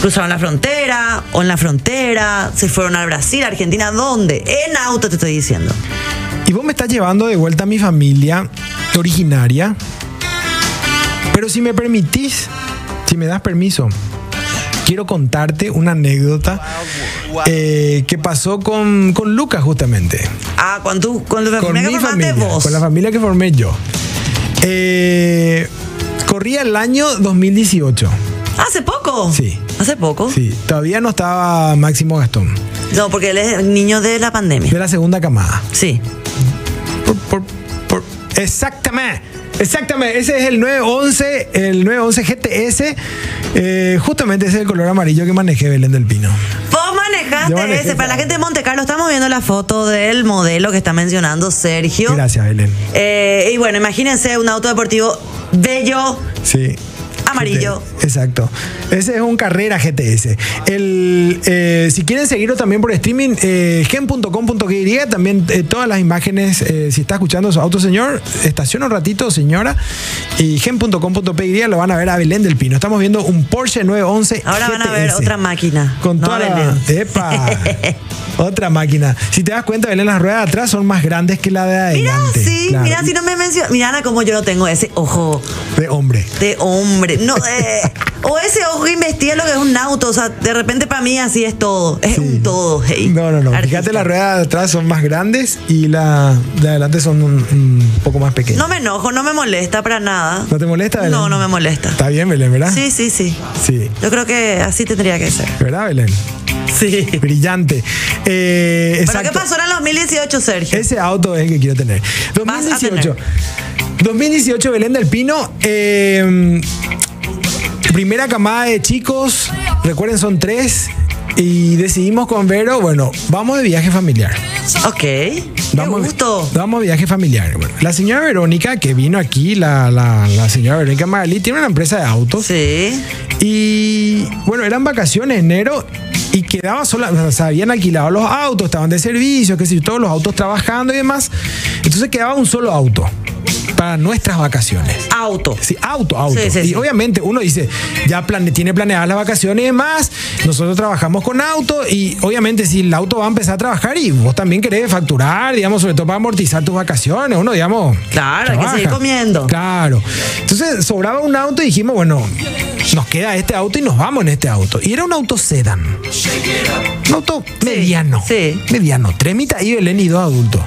Speaker 1: ¿Cruzaron la frontera? ¿O en la frontera? ¿Se fueron al Brasil, Argentina? ¿Dónde? En auto te estoy diciendo.
Speaker 2: Y vos me estás llevando de vuelta a mi familia originaria. Pero si me permitís, si me das permiso, quiero contarte una anécdota eh, que pasó con, con Lucas justamente.
Speaker 1: Ah, con tu, con la
Speaker 2: Con
Speaker 1: familia
Speaker 2: mi
Speaker 1: que formaste
Speaker 2: familia,
Speaker 1: vos.
Speaker 2: con la familia que formé yo. Eh, corría el año 2018.
Speaker 1: ¿Hace poco?
Speaker 2: Sí.
Speaker 1: ¿Hace poco?
Speaker 2: Sí, todavía no estaba Máximo Gastón,
Speaker 1: No, porque él es niño de la pandemia.
Speaker 2: de la segunda camada.
Speaker 1: Sí.
Speaker 2: Por- por- por- Exactamente. Exactamente, ese es el 911, el 911 GTS. Eh, justamente ese es el color amarillo que manejé Belén del Pino.
Speaker 1: Vos
Speaker 2: Yo
Speaker 1: manejaste
Speaker 2: manejé,
Speaker 1: ese. Para la
Speaker 2: claro.
Speaker 1: gente de Monte Carlo, estamos viendo la foto del modelo que está mencionando Sergio.
Speaker 2: Gracias, Belén.
Speaker 1: Eh, y bueno, imagínense un auto deportivo bello.
Speaker 2: Sí.
Speaker 1: Amarillo.
Speaker 2: GT, Exacto. Ese es un carrera GTS. El, eh, si quieren seguirlo también por streaming, eh, gen.com.ky, también eh, todas las imágenes, eh, si está escuchando su auto, señor, estaciona un ratito, señora, y gen.com.py lo van a ver a Belén del Pino. Estamos viendo un Porsche 911
Speaker 1: Ahora van a ver
Speaker 2: GTS.
Speaker 1: otra máquina.
Speaker 2: Con
Speaker 1: No,
Speaker 2: toda la...
Speaker 1: Belén.
Speaker 2: ¡Epa! otra máquina. Si te das cuenta, Belén, las ruedas de atrás son más grandes que la de
Speaker 1: Mirá,
Speaker 2: adelante.
Speaker 1: sí,
Speaker 2: Claro.
Speaker 1: mirá, si no me mencionas. Mirá, Ana, como yo no tengo ese ojo
Speaker 2: De hombre.
Speaker 1: de hombre. No, eh, O ese ojo que investiga lo que es un auto. O sea, de repente para mí así es todo. Es
Speaker 2: Sí.
Speaker 1: un todo. hey.
Speaker 2: No, no, no.
Speaker 1: Artista.
Speaker 2: Fíjate, las ruedas de atrás son más grandes y las de adelante son un, un poco más pequeñas.
Speaker 1: No me enojo, no me molesta para nada.
Speaker 2: ¿No te molesta, Belén?
Speaker 1: No, no me molesta.
Speaker 2: Está bien, Belén, ¿verdad?
Speaker 1: Sí, sí, sí.
Speaker 2: Sí.
Speaker 1: Yo creo que así tendría que ser.
Speaker 2: ¿Verdad, Belén?
Speaker 1: Sí.
Speaker 2: Brillante. Eh,
Speaker 1: ¿Pero qué
Speaker 2: exacto.
Speaker 1: pasó en el 2018, Sergio?
Speaker 2: Ese auto es el que quiero tener.
Speaker 1: Vas a
Speaker 2: 2018. 2018, Belén del Pino. eh, primera camada de chicos. Recuerden, son tres. Y decidimos con Vero, bueno, vamos de viaje familiar.
Speaker 1: Ok. Me
Speaker 2: Vamos,
Speaker 1: gusto.
Speaker 2: Vamos a viaje familiar. Bueno, la señora Verónica, que vino aquí, la, la- la señora Verónica Magalí, tiene una empresa de autos.
Speaker 1: Sí.
Speaker 2: Y bueno, eran vacaciones enero y quedaba sola. O sea, habían alquilado los autos, estaban de servicio, qué sé yo, todos los autos trabajando y demás. Entonces quedaba un solo auto para nuestras vacaciones.
Speaker 1: Auto.
Speaker 2: Sí, auto, auto.
Speaker 1: Sí, sí,
Speaker 2: y
Speaker 1: sí.
Speaker 2: obviamente uno dice, ya plane- tiene planeadas las vacaciones y demás, nosotros trabajamos con auto y obviamente si el auto va a empezar a trabajar y vos también querés facturar, digamos, sobre todo para amortizar tus vacaciones, uno, digamos...
Speaker 1: Claro, hay que seguir comiendo.
Speaker 2: Claro. Entonces sobraba un auto y dijimos, bueno, nos queda este auto y nos vamos en este auto. Y era un auto sedán. Un auto mediano.
Speaker 1: sí.
Speaker 2: Mediano. Tres mitad y Belén y dos adultos.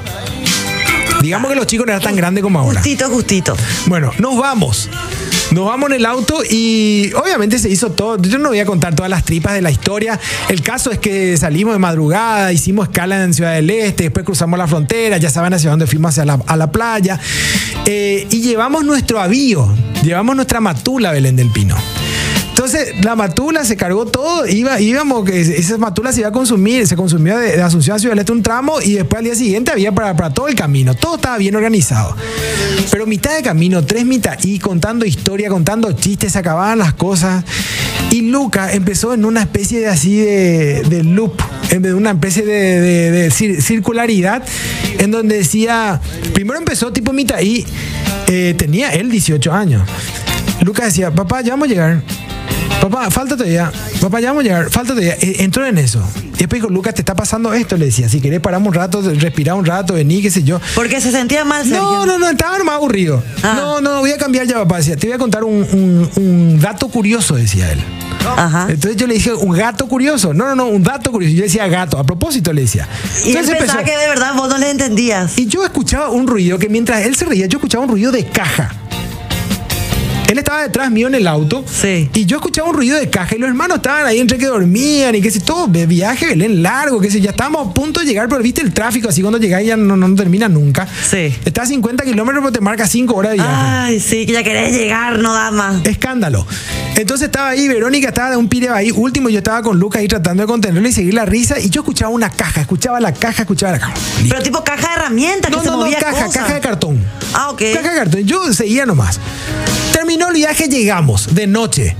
Speaker 2: Digamos que los chicos no eran tan grandes como ahora.
Speaker 1: Justito, justito.
Speaker 2: Bueno, nos vamos. Nos vamos en el auto y obviamente se hizo todo. Yo no voy a contar todas las tripas de la historia. El caso es que salimos de madrugada, hicimos escala en Ciudad del Este, después cruzamos la frontera, ya saben hacia dónde fuimos, hacia la, a la playa. Eh, y llevamos nuestro avío, llevamos nuestra matula Belén del Pino. Entonces la matula se cargó todo, iba, íbamos, que esa matula se iba a consumir, se consumió de, de Asunción a Ciudad del Este un tramo y después al día siguiente había para, para todo el camino, todo estaba bien organizado. Pero mitad de camino, tres mitad, y contando historia, contando chistes, se acababan las cosas. Y Luca empezó en una especie de así de, de loop, en vez de una especie de, de- de cir- circularidad, en donde decía, primero empezó tipo mitad y eh, tenía él 18 años. Luca decía, papá, ya vamos a llegar. Papá, falta todavía. Papá, ya vamos a llegar. Falta todavía. E- Entró en eso. Y después dijo, Lucas, te está pasando esto. Le decía, si querés paramos un rato, respirá un rato, vení, qué sé yo.
Speaker 1: Porque se sentía mal, Sergio.
Speaker 2: No, no, no, estaba más aburrido.
Speaker 1: Ah.
Speaker 2: No, no, voy a cambiar ya, papá. Decía, te voy a contar un, un- un dato curioso, decía él.
Speaker 1: Ajá.
Speaker 2: Entonces yo le dije, un gato curioso. No, no, no, un dato curioso. Yo decía gato, a propósito le decía.
Speaker 1: Y él
Speaker 2: Entonces
Speaker 1: pensaba que de verdad vos no le entendías.
Speaker 2: y yo escuchaba un ruido que mientras él se reía, yo escuchaba un ruido de caja. Él estaba detrás mío en el auto.
Speaker 1: Sí.
Speaker 2: Y yo escuchaba un ruido de caja. Y los hermanos estaban ahí entre que dormían y qué sé, todo de viaje, Belén largo, qué sé. Ya estábamos a punto de llegar, pero viste el tráfico. Así cuando llegáis ya no, no termina nunca.
Speaker 1: Sí. Ah.
Speaker 2: Está a 50 kilómetros, pero te marca 5 horas de viaje.
Speaker 1: Ay, sí, que ya querés llegar, no da más.
Speaker 2: Escándalo. Entonces estaba ahí, Verónica estaba de un pireo ahí, último, yo estaba con Lucas ahí tratando de contenerlo y seguir la risa. Y yo escuchaba una caja, escuchaba la caja, escuchaba la caja.
Speaker 1: Pero tipo caja de herramientas,
Speaker 2: No,
Speaker 1: que se
Speaker 2: no, no,
Speaker 1: movía
Speaker 2: caja,
Speaker 1: cosas.
Speaker 2: caja de cartón.
Speaker 1: Ah, ok.
Speaker 2: Caja de cartón. Yo seguía nomás. Terminó el viaje, llegamos de noche.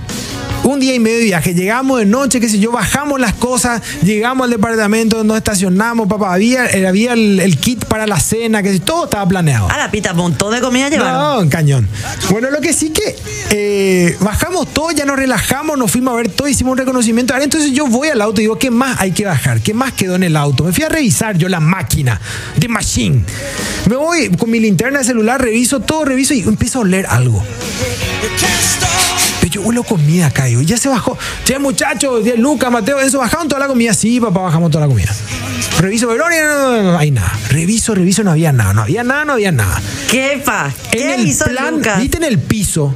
Speaker 2: Un día y medio de viaje, llegamos de noche, qué sé yo, bajamos las cosas, llegamos al departamento, nos estacionamos, papá, había, eh, había el, el kit para la cena, que todo estaba planeado.
Speaker 1: A la pita, montón de comida llevaron.
Speaker 2: No, un cañón. Bueno, lo que sí que eh, bajamos todo, ya nos relajamos, nos fuimos a ver todo, hicimos un reconocimiento. Ahora entonces yo voy al auto y digo, ¿qué más hay que bajar? ¿Qué más quedó en el auto? Me fui a revisar yo la máquina, de machine. Me voy con mi linterna de celular, reviso todo, reviso y empiezo a oler algo. Pero yo huelo comida acá, digo, ya se bajó. Che, muchachos, de Lucas, Mateo, eso, ¿bajaron toda la comida? Sí, papá, bajamos toda la comida. Reviso, Verónica, no, no, no, no hay nada. Reviso, reviso, no había nada, no había nada, no había nada
Speaker 1: ¿Qué pa? ¿Qué
Speaker 2: en el
Speaker 1: hizo
Speaker 2: plan,
Speaker 1: Lucas?
Speaker 2: viste en el piso,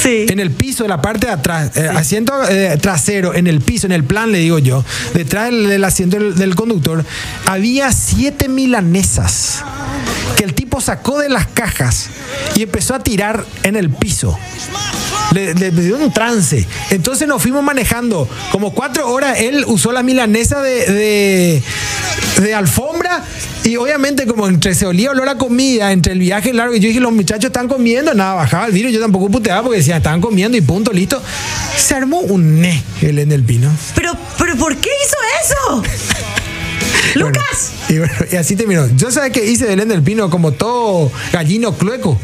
Speaker 1: Sí.
Speaker 2: en el piso, la parte de atrás, eh, asiento eh, trasero, en el piso, en el plan, le digo yo, detrás del, del asiento del, del conductor, había siete milanesas que el tipo sacó de las cajas y empezó a tirar en el piso. Le, le dio un trance. Entonces nos fuimos manejando. Como cuatro horas él usó la milanesa de, de, de alfombra. Y obviamente, como entre se olía olor a comida, entre el viaje largo, y yo dije, los muchachos están comiendo, nada, bajaba el virus, yo tampoco puteaba porque decían, están comiendo y punto, listo. Se armó un ne, Belén del Pino.
Speaker 1: Pero, pero, ¿por qué hizo eso? Lucas.
Speaker 2: Bueno, y bueno, y así terminó. Yo sabes que hice Belén del Pino como todo gallino clueco.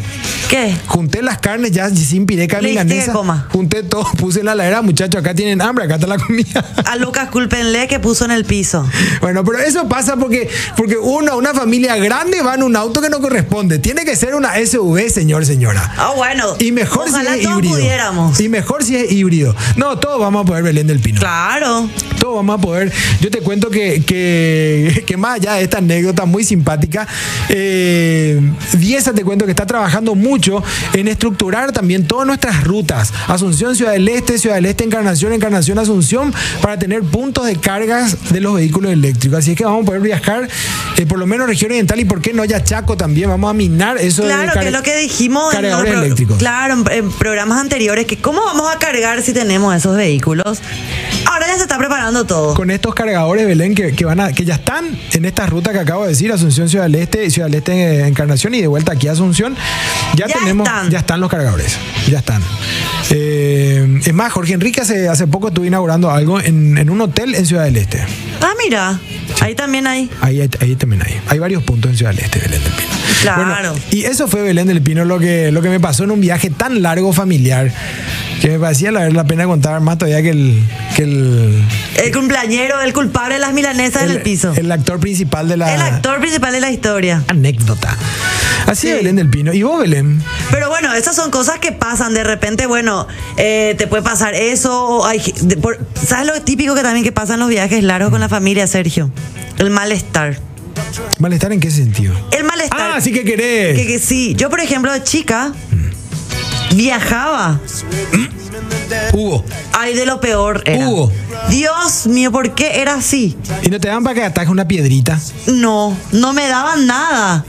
Speaker 1: ¿Qué?
Speaker 2: Junté las carnes ya sin pireca
Speaker 1: Le dije que
Speaker 2: milanesa.
Speaker 1: coma.
Speaker 2: Junté todo, puse en la ladera, muchachos, acá tienen hambre, acá está la comida.
Speaker 1: A Lucas culpenle que puso en el piso.
Speaker 2: Bueno, pero eso pasa porque, porque uno, una familia grande va en un auto que no corresponde. Tiene que ser una SUV, señor, señora.
Speaker 1: Ah, bueno.
Speaker 2: Y mejor
Speaker 1: Ojalá
Speaker 2: si es
Speaker 1: todos
Speaker 2: híbrido.
Speaker 1: pudiéramos.
Speaker 2: Y mejor si es híbrido. No, todos vamos a poder Belén del Pino.
Speaker 1: Claro.
Speaker 2: Todos vamos a poder. Yo te cuento que, que, que más allá de esta anécdota muy simpática, eh, Dieza te cuento que está trabajando mucho en estructurar también todas nuestras rutas. Asunción, Ciudad del Este, Ciudad del Este, Encarnación, Encarnación, Asunción, para tener puntos de cargas de los vehículos eléctricos. Así es que vamos a poder viajar eh, por lo menos región oriental y por qué no ya Chaco también. Vamos a minar eso de
Speaker 1: Claro,
Speaker 2: car-
Speaker 1: que es lo que dijimos en,
Speaker 2: cargadores
Speaker 1: los pro-
Speaker 2: eléctricos.
Speaker 1: claro, en, en programas anteriores, que cómo vamos a cargar si tenemos esos vehículos. Ahora ya se está preparando todo.
Speaker 2: con estos cargadores Belén que, que van a, que ya están en esta ruta que acabo de decir, Asunción Ciudad del Este, Ciudad del Este eh, Encarnación y de vuelta aquí a Asunción, ya,
Speaker 1: Ya
Speaker 2: tenemos,
Speaker 1: están.
Speaker 2: ya están los cargadores, ya están. Eh, es más, Jorge Enrique hace, hace poco estuve inaugurando algo en, en un hotel en Ciudad del Este.
Speaker 1: Ah, mira, ahí también hay.
Speaker 2: Ahí, hay- ahí también hay. Hay varios puntos en Ciudad del Este, Belén del Pino.
Speaker 1: Claro.
Speaker 2: Bueno, y eso fue Belén del Pino lo que, lo que me pasó en un viaje tan largo familiar que me parecía la, la pena contar más todavía que el, que el,
Speaker 1: El cumpleañero, el culpable de las milanesas en el piso. El,
Speaker 2: el ah. actor principal de la,
Speaker 1: actor principal de la historia.
Speaker 2: anécdota. Así
Speaker 1: Sí.
Speaker 2: es Belén del Pino. ¿Y vos, Belén?
Speaker 1: Pero bueno, esas son cosas que pasan. De repente, bueno, eh, te puede pasar eso. o hay ge- de- por- ¿Sabes lo típico que también que pasa en los viajes largos con la familia, Sergio? El malestar.
Speaker 2: ¿Malestar en qué sentido?
Speaker 1: El malestar.
Speaker 2: Ah, sí que querés.
Speaker 1: Que, que sí. Yo, por ejemplo, de chica, viajaba.
Speaker 2: Hugo.
Speaker 1: Ay, de lo peor era.
Speaker 2: Hugo.
Speaker 1: Dios mío, ¿por qué era así?
Speaker 2: ¿Y no te dan para que atajes una piedrita?
Speaker 1: No, no me daban nada.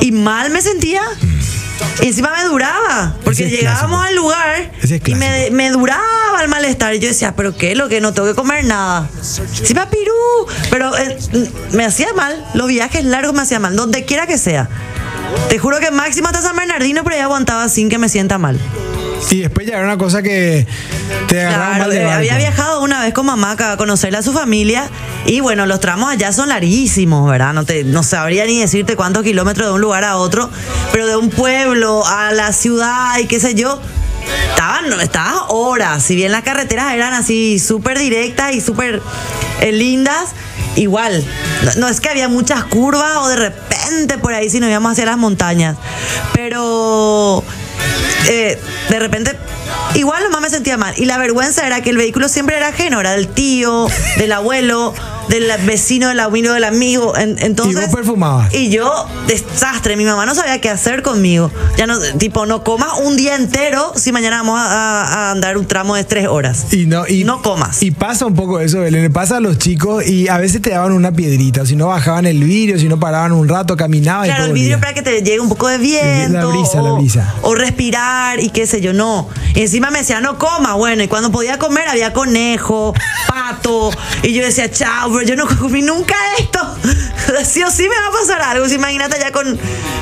Speaker 1: Y mal me sentía. Y encima me duraba. Porque
Speaker 2: Mm. Ese es
Speaker 1: llegábamos
Speaker 2: clásico.
Speaker 1: al lugar
Speaker 2: Ese es
Speaker 1: y me,
Speaker 2: clásico.
Speaker 1: me duraba el malestar. Y yo decía, ¿pero qué? Lo que no tengo que comer nada. Encima pirú. Pero eh, me hacía mal. Los viajes largos me hacían mal. Donde quiera que sea. Te juro que máximo hasta San Bernardino, pero ya aguantaba sin que me sienta mal.
Speaker 2: Y después ya era una cosa que te agarraba
Speaker 1: Claro,
Speaker 2: mal de
Speaker 1: eh,
Speaker 2: barco.
Speaker 1: había viajado una vez con mamá acá a conocerle a su familia y bueno, los tramos allá son larguísimos, ¿verdad? No, te, no sabría ni decirte cuántos kilómetros de un lugar a otro, pero de un pueblo a la ciudad y qué sé yo. Estaban, no, estaban horas, si bien las carreteras eran así súper directas y súper eh, lindas, igual. No, no es que había muchas curvas o de repente por ahí si nos íbamos hacia las montañas, pero eh, de repente, igual nomás me sentía mal. Y la vergüenza era que el vehículo siempre era ajeno, era del tío, del abuelo, del vecino, del amigo, del amigo. En- entonces,
Speaker 2: Y vos perfumabas.
Speaker 1: Y yo, desastre, mi mamá no sabía qué hacer conmigo. Ya no, tipo, no comas un día entero si mañana vamos a, a- a andar un tramo de tres horas.
Speaker 2: Y no, y,
Speaker 1: No comas.
Speaker 2: Y pasa un poco eso, Belén. Le pasa a los chicos y a veces te daban una piedrita. Si no bajaban el vidrio, si no paraban un rato, caminaban. y
Speaker 1: Claro, el
Speaker 2: después
Speaker 1: vidrio
Speaker 2: volvían.
Speaker 1: para que te llegue un poco de viento.
Speaker 2: La brisa,
Speaker 1: o,
Speaker 2: la brisa.
Speaker 1: o respirar y qué sé yo, no. Y encima me decía, no coma. Bueno, y cuando podía comer había conejo, pato. Y yo decía, chao, pero yo no comí nunca esto. Sí o sí me va a pasar algo. Sí, imagínate ya con,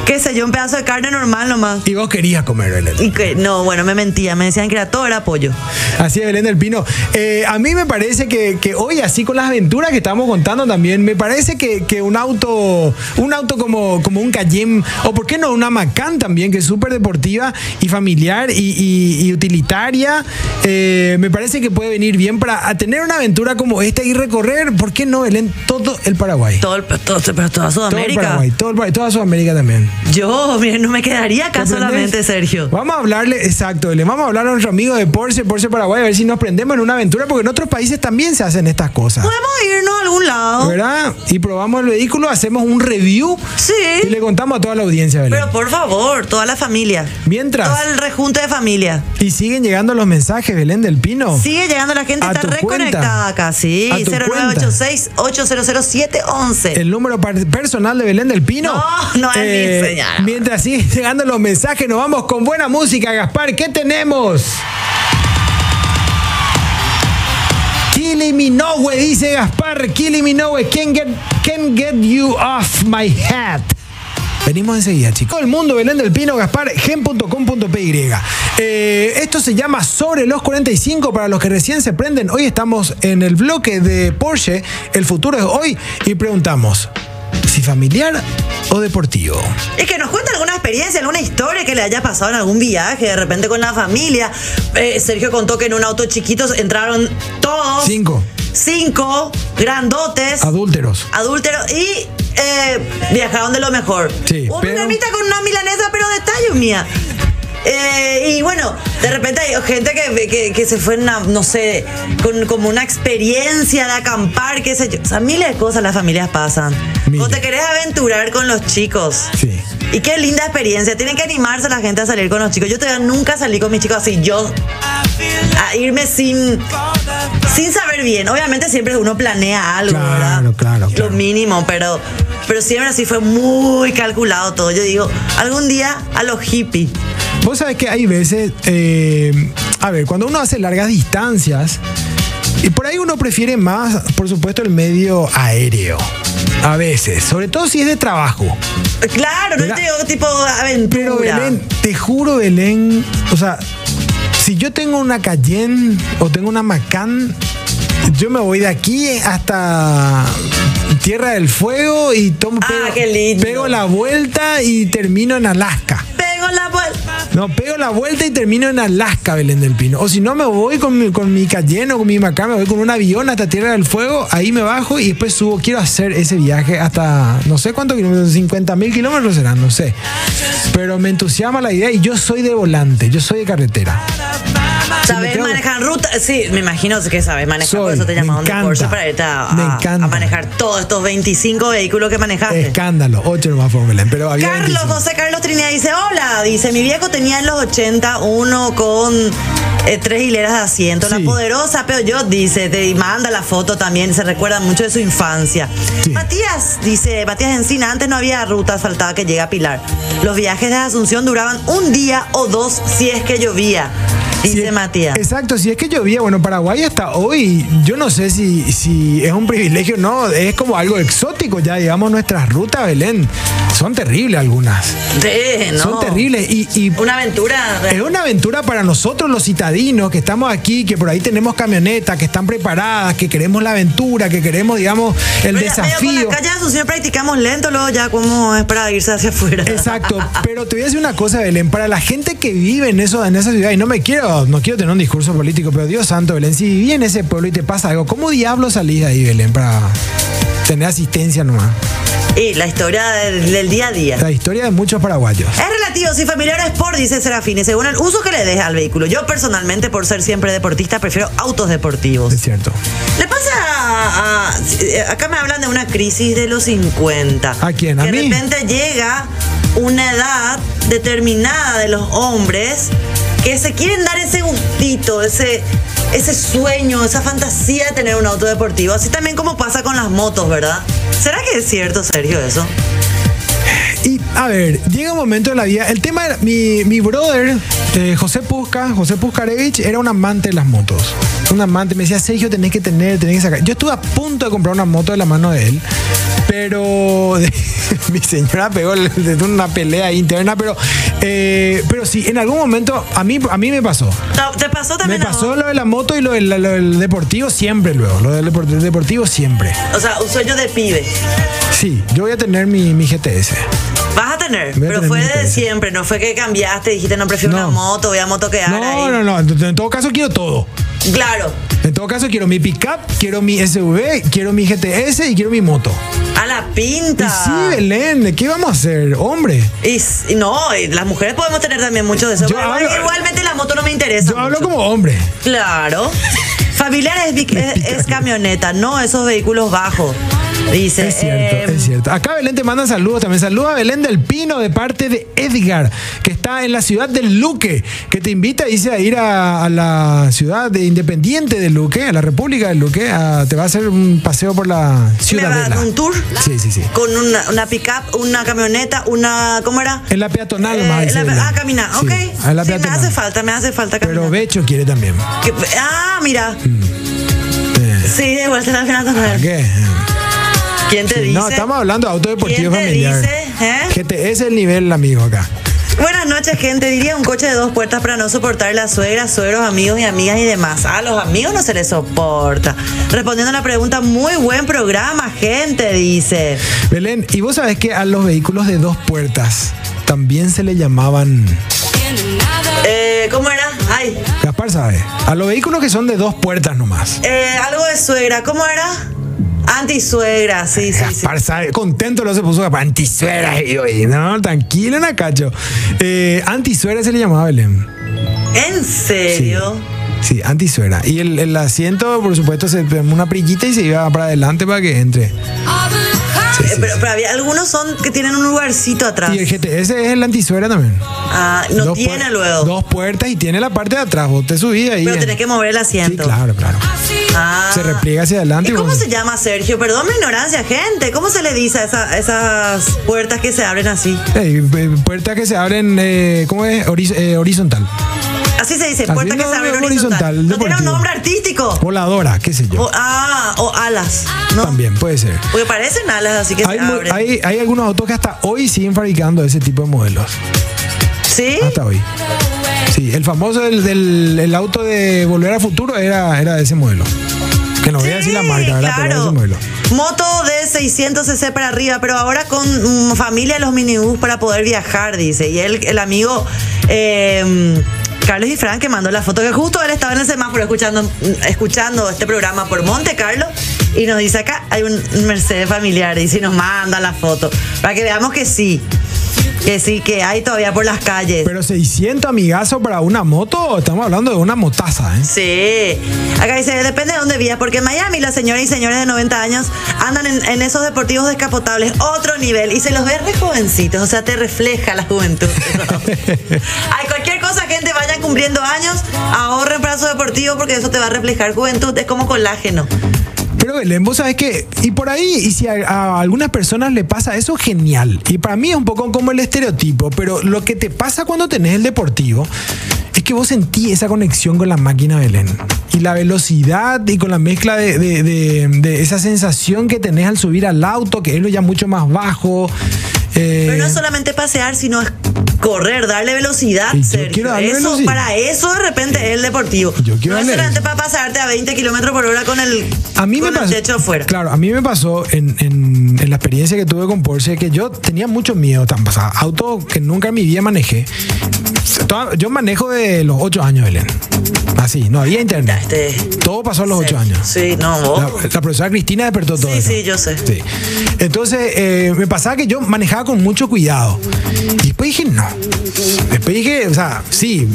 Speaker 1: qué sé yo, un pedazo de carne normal nomás.
Speaker 2: Y vos querías comer, Belén.
Speaker 1: Y que, no, bueno, me mentía. Me decían que era todo era pollo.
Speaker 2: Así es, Belén del Pino. Eh, a mí me parece que, que hoy, así con las aventuras que estamos contando también, me parece que, que un auto, un auto como, como un Cayenne, o por qué no, una Macan también, que es súper deportiva y familiar y, y- y utilitaria, eh, me parece que puede venir bien para a tener una aventura como esta y recorrer, ¿por qué no, Belén, todo el Paraguay?
Speaker 1: Todo, el- todo, pero toda
Speaker 2: Todo el
Speaker 1: Sudamérica.
Speaker 2: Paraguay, todo el Paraguay, toda Sudamérica también.
Speaker 1: yo, miren, no me quedaría acá
Speaker 2: ¿Te prendés?
Speaker 1: solamente, Sergio.
Speaker 2: Vamos a hablarle, exacto, le vamos a hablar a nuestro amigo de Porsche, Porsche Paraguay, a ver si nos prendemos en una aventura, porque en otros países también se hacen estas cosas.
Speaker 1: Podemos irnos a algún lado.
Speaker 2: ¿Verdad? Y probamos el vehículo, hacemos un review
Speaker 1: Sí.
Speaker 2: y le contamos a toda la audiencia, Belén.
Speaker 1: Pero por favor, toda la familia.
Speaker 2: Mientras-
Speaker 1: Todo el rejunte de familia.
Speaker 2: y siguen llegando los mensajes, Belén del Pino.
Speaker 1: Sigue llegando la gente,
Speaker 2: Oh. A
Speaker 1: está
Speaker 2: tu
Speaker 1: reconectada
Speaker 2: cuenta.
Speaker 1: acá, sí.
Speaker 2: A tu
Speaker 1: 0986-800-711.
Speaker 2: El número par- personal de Belén del Pino. Eh,
Speaker 1: No, no es mi señora.
Speaker 2: Mientras siguen llegando los mensajes, nos vamos con buena música, Gaspar. ¿Qué tenemos? Killing Me Minowe, dice Gaspar. Killing Me Minowe, can't get, can't get you off my hat. Venimos enseguida, chicos. Todo el mundo, Belén del Pino, Gaspar, gen.com.py. Eh, esto se llama Sobre los 45 para los que recién se prenden. Hoy estamos en el bloque de Porsche, el futuro es hoy, y preguntamos, si familiar o deportivo.
Speaker 1: Es que nos cuenta alguna experiencia, alguna historia que le haya pasado en algún viaje, de repente con la familia. Eh, Sergio contó que en un auto chiquito entraron todos.
Speaker 2: Cinco.
Speaker 1: Cinco grandotes.
Speaker 2: Adúlteros.
Speaker 1: adúlteros y eh, viajaron de lo mejor.
Speaker 2: Sí,
Speaker 1: una
Speaker 2: pero-
Speaker 1: ermita con una milanesa, pero de tallo mía. Eh, y bueno, de repente hay gente que, que- que se fue, en una, no sé, con como una experiencia de acampar, qué sé yo. O sea, miles de cosas las familias pasan.
Speaker 2: Miles.
Speaker 1: O te querés aventurar con los chicos.
Speaker 2: Sí.
Speaker 1: Y qué linda experiencia. Tienen que animarse la gente a salir con los chicos. Yo todavía nunca salí con mis chicos así. Yo a irme sin, sin saber bien. Obviamente siempre uno planea algo,
Speaker 2: Claro,
Speaker 1: ¿verdad?
Speaker 2: claro, claro.
Speaker 1: Lo mínimo, pero, pero siempre así fue muy calculado todo. Yo digo, algún día a los hippies.
Speaker 2: Vos sabés que hay veces, eh, a ver, cuando uno hace largas distancias, y por ahí uno prefiere más, por supuesto, el medio aéreo. A veces, sobre todo si es de trabajo.
Speaker 1: Claro, no
Speaker 2: Mira,
Speaker 1: te digo tipo aventura.
Speaker 2: Pero Belén, te juro Belén, o sea, si yo tengo una Cayenne o tengo una Macan, yo me voy de aquí hasta Tierra del Fuego y tomo,
Speaker 1: Ah, qué lindo.
Speaker 2: pego la vuelta y termino en Alaska.
Speaker 1: Pego la vuelta.
Speaker 2: No, pego la vuelta y termino en Alaska, Belén del Pino. O si no, me voy con mi, con mi Cayenne o con mi Macan, me voy con un avión hasta Tierra del Fuego, ahí me bajo y después subo. Quiero hacer ese viaje hasta, no sé cuántos kilómetros, 50 mil kilómetros serán, no sé. Pero me entusiasma la idea y yo soy de volante, yo soy de carretera.
Speaker 1: ¿Sabes
Speaker 2: tengo-
Speaker 1: manejar ruta? Sí, me imagino que sabes manejar.
Speaker 2: Soy,
Speaker 1: por eso te
Speaker 2: me
Speaker 1: llamaron de
Speaker 2: encanta.
Speaker 1: Porsche para irte a,
Speaker 2: Me
Speaker 1: a-
Speaker 2: encanta.
Speaker 1: a manejar todos estos 25 vehículos que manejaste.
Speaker 2: Escándalo, ocho nomás fue Belén, pero había
Speaker 1: Ah, Carlos,
Speaker 2: 25.
Speaker 1: José Carlos Trinidad dice, hola, dice, mi viejo tenía en los 80 uno con eh, tres hileras de asiento,
Speaker 2: Sí.
Speaker 1: la poderosa pero yo dice, te manda la foto también, se recuerda mucho de su infancia.
Speaker 2: Sí.
Speaker 1: Matías, dice, Matías Encina, antes no había ruta, faltaba que llegue a Pilar. Los viajes de Asunción duraban un día o dos si es que llovía, dice
Speaker 2: Si-
Speaker 1: Matías.
Speaker 2: Exacto, si es que llovía, bueno, Paraguay hasta hoy, yo no sé si, si es un privilegio o no, es como algo exótico ya, digamos, nuestras rutas, Belén, son terribles algunas,
Speaker 1: Sí, no.
Speaker 2: son terribles y... y
Speaker 1: Una aventura.
Speaker 2: es una aventura para nosotros los citadinos que estamos aquí, que por ahí tenemos camionetas, que están preparadas, que queremos la aventura, que queremos, digamos, el
Speaker 1: Pero ya medio
Speaker 2: desafío.
Speaker 1: Con la calle de Asunción practicamos lento, luego ya como es para irse hacia afuera.
Speaker 2: Exacto, pero te voy a decir una cosa, Belén, para la gente que vive en eso, en esa ciudad, y no me quiero, no quiero tener un discurso político, pero Dios santo, Belén, si viví en ese pueblo y te pasa algo, ¿cómo diablo salís de ahí, Belén, para tener asistencia nomás?
Speaker 1: Y la historia del, del día a día.
Speaker 2: La historia de muchos paraguayos.
Speaker 1: Es relativo, si familiar o sport, dice Serafine, según el uso que le des al vehículo. Yo personalmente, por ser siempre deportista, prefiero autos deportivos.
Speaker 2: Es cierto.
Speaker 1: Le pasa a, a- Acá me hablan de una crisis de los 50.
Speaker 2: ¿A quién? ¿A
Speaker 1: que
Speaker 2: mí?
Speaker 1: De repente llega una edad determinada de los hombres que se quieren dar ese gustito, ese, ese sueño, esa fantasía de tener un auto deportivo. Así también como pasa con las motos, ¿verdad? ¿Será que es cierto, Sergio, eso?
Speaker 2: Y a ver, llega un momento en la vida. El tema, era- mi, mi brother, eh, José Pusca, José Puscarevich, era un amante de las motos. Un amante. Me decía, Sergio, tenés que tener, tenés que sacar. Yo estuve a punto de comprar una moto de la mano de él, pero mi señora pegó el- de una pelea interna. Pero, eh, pero sí, en algún momento a mí, a mí me pasó.
Speaker 1: ¿Te pasó
Speaker 2: Me
Speaker 1: también a vos?
Speaker 2: pasó lo de la moto y lo del, lo del deportivo siempre luego. Lo del depor- del deportivo siempre.
Speaker 1: O sea, un sueño de pibe.
Speaker 2: Sí, yo voy a tener mi, mi GTS.
Speaker 1: Vas a tener,
Speaker 2: Voy a
Speaker 1: pero
Speaker 2: tener
Speaker 1: fue
Speaker 2: mi
Speaker 1: de
Speaker 2: interés.
Speaker 1: siempre, no fue que cambiaste, dijiste no prefiero
Speaker 2: No.
Speaker 1: una moto, voy a moto que
Speaker 2: No, no, no. En todo caso quiero todo.
Speaker 1: Claro,
Speaker 2: En todo caso, quiero mi pickup, quiero mi SUV, quiero mi GTS y quiero mi moto.
Speaker 1: a la
Speaker 2: Y
Speaker 1: pinta.
Speaker 2: sí, Belén, ¿qué vamos a hacer? Hombre,
Speaker 1: Y s- y no, y las mujeres podemos tener también mucho de eso.
Speaker 2: Yo
Speaker 1: pero
Speaker 2: hablo-
Speaker 1: igualmente la moto no me interesa.
Speaker 2: yo hablo
Speaker 1: mucho.
Speaker 2: como hombre.
Speaker 1: Claro. Familiar es, bic- es- es camioneta, no esos vehículos bajos. Dice.
Speaker 2: Es cierto,
Speaker 1: eh,
Speaker 2: es cierto. Acá Belén te manda saludos también. Saluda a Belén del Pino de parte de Edgar, que está en la ciudad de Luque, que te invita, dice, a ir a, a la ciudad de Independiente de Luque, a la República de Luque. a- te va a hacer un paseo por la
Speaker 1: ¿Me va a
Speaker 2: ciudadela.
Speaker 1: dar un tour?
Speaker 2: Sí, sí, sí.
Speaker 1: Con una, una pickup, una camioneta, una. ¿Cómo era?
Speaker 2: En la peatonal,
Speaker 1: Eh,
Speaker 2: más,
Speaker 1: en
Speaker 2: dice
Speaker 1: la-
Speaker 2: Belén.
Speaker 1: ah, caminar,
Speaker 2: Sí,
Speaker 1: ok.
Speaker 2: en la
Speaker 1: sí, me
Speaker 2: peatonal.
Speaker 1: hace falta, me hace falta caminar.
Speaker 2: Pero Becho quiere también. Eh,
Speaker 1: Que- ah, mira. Sí, de vuelta a la final
Speaker 2: ¿Para
Speaker 1: también.
Speaker 2: qué?
Speaker 1: ¿Quién te dice?
Speaker 2: No, estamos hablando de auto deportivo
Speaker 1: ¿Quién te
Speaker 2: familiar.
Speaker 1: dice, eh?
Speaker 2: GT, ese es el nivel, amigo, acá.
Speaker 1: Buenas noches, gente. Diría un coche de dos puertas para no soportar la suegra, suegros, amigos y amigas y demás. A los amigos no se les soporta. Respondiendo a la pregunta, muy buen programa, gente, dice.
Speaker 2: Belén, y vos sabés que a los vehículos de dos puertas también se le llamaban.
Speaker 1: Eh, ¿Cómo era? Ay,
Speaker 2: Gaspar sabe. A los vehículos que son de dos puertas nomás.
Speaker 1: eh, algo de suegra. ¿Cómo era? Antisuegra, sí, sí, sí.
Speaker 2: Gaspar sabe. Contento lo se puso Gaspar. Antisuera. Y yo, y no, tranquilo, Nacacho. Eh, antisuera se le llamaba Belén.
Speaker 1: ¿En
Speaker 2: Sí.
Speaker 1: serio?
Speaker 2: Sí, antisuera. Y el, el asiento, por supuesto, se ponía una prillita y se iba para adelante para que entre. Sí,
Speaker 1: Eh,
Speaker 2: sí,
Speaker 1: pero,
Speaker 2: sí.
Speaker 1: pero había- algunos son que tienen un lugarcito atrás.
Speaker 2: Y el GTS es el antisuera también.
Speaker 1: Ah, no
Speaker 2: Dos
Speaker 1: tiene
Speaker 2: puer-
Speaker 1: luego.
Speaker 2: Dos puertas y tiene la parte de atrás. Vos te subís ahí.
Speaker 1: pero
Speaker 2: en-
Speaker 1: tenés que mover el
Speaker 2: Sí,
Speaker 1: asiento.
Speaker 2: claro, claro.
Speaker 1: Ah.
Speaker 2: Se repliega hacia adelante.
Speaker 1: ¿Y
Speaker 2: y
Speaker 1: cómo
Speaker 2: vos-
Speaker 1: se llama, Sergio? Perdón mi ignorancia, gente. ¿Cómo se le dice a esa- a esas puertas que se abren así?
Speaker 2: Ey, eh, puertas que se abren, eh, ¿cómo es? Horiz- eh, horizontal.
Speaker 1: Así se dice,
Speaker 2: Así,
Speaker 1: puertas que
Speaker 2: no,
Speaker 1: se abren
Speaker 2: no,
Speaker 1: horizontal.
Speaker 2: horizontal,
Speaker 1: ¿No tiene un
Speaker 2: deportivo.
Speaker 1: nombre artístico?
Speaker 2: Voladora, qué sé yo.
Speaker 1: O- ah, o alas. ¿no?
Speaker 2: También puede ser.
Speaker 1: Porque parecen alas, así que
Speaker 2: Hay,
Speaker 1: se
Speaker 2: mu-
Speaker 1: abren.
Speaker 2: hay- hay algunos autos que hasta hoy siguen fabricando ese tipo de modelos.
Speaker 1: ¿Sí?
Speaker 2: Hasta hoy. Ah, Sí, el famoso del, del- el auto de Volver a Futuro era, era de ese modelo. Que no voy a decir la
Speaker 1: Sí,
Speaker 2: marca, ¿verdad? Pero era de
Speaker 1: Claro.
Speaker 2: ese modelo.
Speaker 1: Moto de 600 cc para arriba, pero ahora con mm, familia los minibús para poder viajar, dice. Y él, el amigo eh, Carlos Ifrán que mandó la foto, que justo él estaba en el semáforo escuchando, mm, escuchando este programa por Monte Carlo. Y nos dice acá hay un Mercedes familiar, dice, y nos manda la foto. Para que veamos que sí. Que sí, que hay todavía por las calles.
Speaker 2: Pero 600 amigazo para una moto, estamos hablando de una motaza, ¿eh?
Speaker 1: Sí. Acá dice, depende de dónde vivas, porque en Miami las señoras y señores de 90 años andan en, en esos deportivos descapotables, otro nivel, y se los ve re jovencitos, o sea, te refleja la juventud. Hay cualquier cosa, gente, vayan cumpliendo años, ahorren para su deportivo, porque eso te va a reflejar juventud, es como colágeno.
Speaker 2: Pero Belén, vos sabés que, y por ahí, y si a, a algunas personas le pasa eso, genial. Y para mí es un poco como el estereotipo, pero lo que te pasa cuando tenés el deportivo es que vos sentís esa conexión con la máquina Belén. Y la velocidad y con la mezcla de, de- de- de esa sensación que tenés al subir al auto, que es lo ya mucho más bajo. eh,
Speaker 1: Pero no es solamente pasear, sino es correr, darle velocidad,
Speaker 2: Y yo
Speaker 1: Sergio.
Speaker 2: quiero darle
Speaker 1: eso,
Speaker 2: velocidad.
Speaker 1: Para eso de repente es el deportivo.
Speaker 2: Yo quiero
Speaker 1: no es
Speaker 2: darle
Speaker 1: solamente para pasearte a 20 kilómetros por hora con el,
Speaker 2: A mí
Speaker 1: con
Speaker 2: me
Speaker 1: el
Speaker 2: pasó.
Speaker 1: techo afuera.
Speaker 2: Claro, a mí me pasó en, en- en la experiencia que tuve con Porsche que yo tenía mucho miedo. Tan pasada. Auto que nunca en mi vida manejé. Toda- yo manejo de los 8 años, Belén. Así, no había internet.
Speaker 1: Este-
Speaker 2: Todo pasó a los 8 años.
Speaker 1: Sí, no, vos.
Speaker 2: La, la profesora Cristina despertó todo.
Speaker 1: Sí,
Speaker 2: eso.
Speaker 1: sí, yo sé.
Speaker 2: Sí. Entonces, eh, me pasaba que yo manejaba con mucho cuidado. Y después dije, no. Después dije, o sea, sí,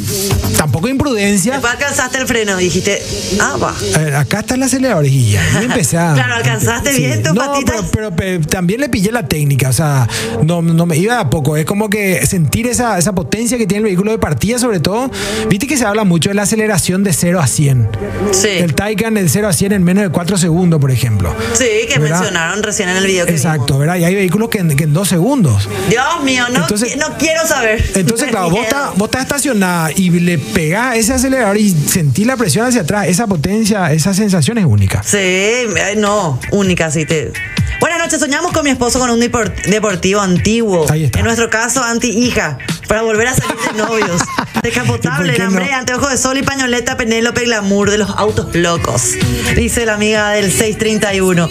Speaker 2: tampoco imprudencia.
Speaker 1: Después alcanzaste el freno y dijiste, ah, va.
Speaker 2: A ver, acá está el acelerador y ya. Y empecé a.
Speaker 1: Claro, alcanzaste bien tus
Speaker 2: no,
Speaker 1: patitas.
Speaker 2: Pero, pero, pe- también le pillé la técnica. O sea, no, no me iba a poco. Es como que sentir esa, esa potencia que tiene el vehículo de partida, sobre todo. Viste que se habla mucho de la aceleración de 0 a 100.
Speaker 1: Sí.
Speaker 2: El Taycan de 0 a 100 en menos de 4 segundos, por ejemplo.
Speaker 1: Sí, que
Speaker 2: ¿Verdad?
Speaker 1: mencionaron recién en el video que
Speaker 2: Exacto, ¿verdad? Y hay vehículos que en, que en dos segundos.
Speaker 1: vimos. Dios mío, no,
Speaker 2: Entonces-
Speaker 1: qui- no quiero saber.
Speaker 2: Entonces, claro, vos estás, vos estás estacionada y le pegás ese acelerador y sentí la presión hacia atrás. Esa potencia, esa sensación es única.
Speaker 1: Sí, ay, no, única, sí te. Buenas noches, soñamos con mi esposo con un depor- deportivo antiguo.
Speaker 2: Ahí está.
Speaker 1: En nuestro caso, anti-hija, para volver a salir de novios.
Speaker 2: ¿Y por
Speaker 1: Descapotable,
Speaker 2: qué no?
Speaker 1: hambre, anteojo de sol y pañoleta, Penélope Glamour de los autos locos. Dice la amiga del 631.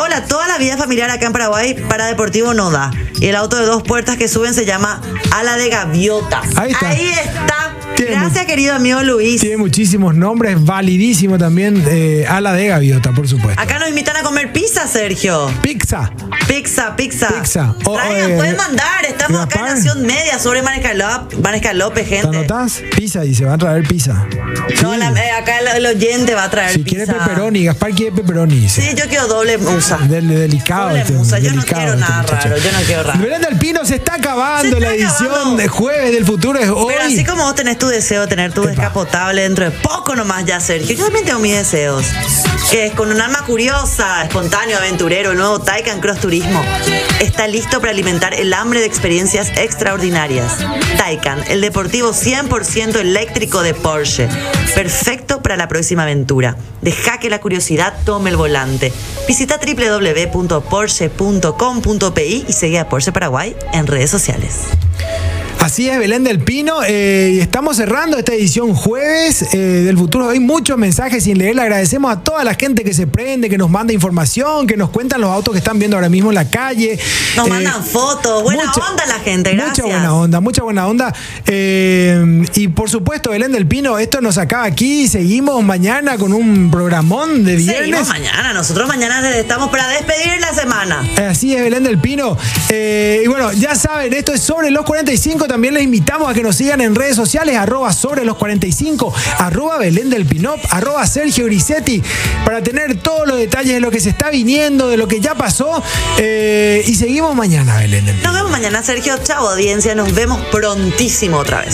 Speaker 1: Hola, toda la vida familiar acá en Paraguay para deportivo no da. Y el auto de dos puertas que suben se llama ala de gaviota.
Speaker 2: Ahí está.
Speaker 1: Ahí está.
Speaker 2: Tiene-
Speaker 1: Gracias, querido amigo Luis.
Speaker 2: Tiene muchísimos nombres, validísimo también eh, a la de gaviota, por supuesto.
Speaker 1: Acá nos invitan a comer pizza, Sergio.
Speaker 2: Pizza.
Speaker 1: Pizza, pizza.
Speaker 2: Pizza. O-
Speaker 1: Traigan,
Speaker 2: o, eh,
Speaker 1: pueden mandar. Estamos acá en
Speaker 2: Gaspar.
Speaker 1: Nación Media sobre Manesca Lop- Manesca López,
Speaker 2: ¿Te
Speaker 1: gente.
Speaker 2: anotás? Pizza y se va a traer pizza.
Speaker 1: No,
Speaker 2: Sí.
Speaker 1: la- eh, acá el, el oyente va a traer
Speaker 2: si
Speaker 1: pizza.
Speaker 2: quiere pepperoni, Gaspar quiere pepperoni. dice.
Speaker 1: Sí, yo quiero doble musa.
Speaker 2: Del- delicado.
Speaker 1: Doble
Speaker 2: este,
Speaker 1: musa, yo no
Speaker 2: delicado
Speaker 1: quiero
Speaker 2: este
Speaker 1: nada
Speaker 2: muchacho.
Speaker 1: raro, yo no quiero raro.
Speaker 2: Verán del Pino se está acabando
Speaker 1: Se está
Speaker 2: la edición
Speaker 1: acabando.
Speaker 2: de jueves del futuro es hoy.
Speaker 1: Pero así como vos tenés tu deseo de tener tu
Speaker 2: Epa.
Speaker 1: descapotable dentro de poco nomás ya, Sergio, yo también tengo mis deseos. Que es con un alma curiosa, espontáneo, aventurero, el nuevo Taycan Cross Turismo. Está listo para alimentar el hambre de experiencias extraordinarias. Taycan, el deportivo 100% eléctrico de Porsche. Perfecto para la próxima aventura. Deja que la curiosidad tome el volante. Visita www.porsche.com.pi y sigue a Porsche Paraguay en redes sociales.
Speaker 2: Así es, Belén del Pino. eh, y estamos cerrando esta edición jueves eh, del futuro. Hay muchos mensajes sin leer. Le agradecemos a toda la gente que se prende, que nos manda información, que nos cuentan los autos que están viendo ahora mismo en la calle.
Speaker 1: Nos
Speaker 2: Eh,
Speaker 1: mandan fotos. Buena onda la gente, gracias.
Speaker 2: Mucha buena onda, mucha buena onda. Eh, y por supuesto, Belén del Pino, esto nos acaba aquí. Seguimos mañana con un programón de viernes.
Speaker 1: Seguimos mañana. Nosotros mañana estamos para despedir la semana.
Speaker 2: Eh, Así es, Belén del Pino. Eh, y bueno, ya saben, esto es sobre los 45. También les invitamos a que nos sigan en redes sociales, arroba sobre los 45, arroba Belén del Pinop, arroba Sergio Grisetti, para tener todos los detalles de lo que se está viniendo, de lo que ya pasó. Eh, y seguimos mañana, Belén del Pino.
Speaker 1: Nos vemos mañana, Sergio. Chao, audiencia. Nos vemos prontísimo otra vez.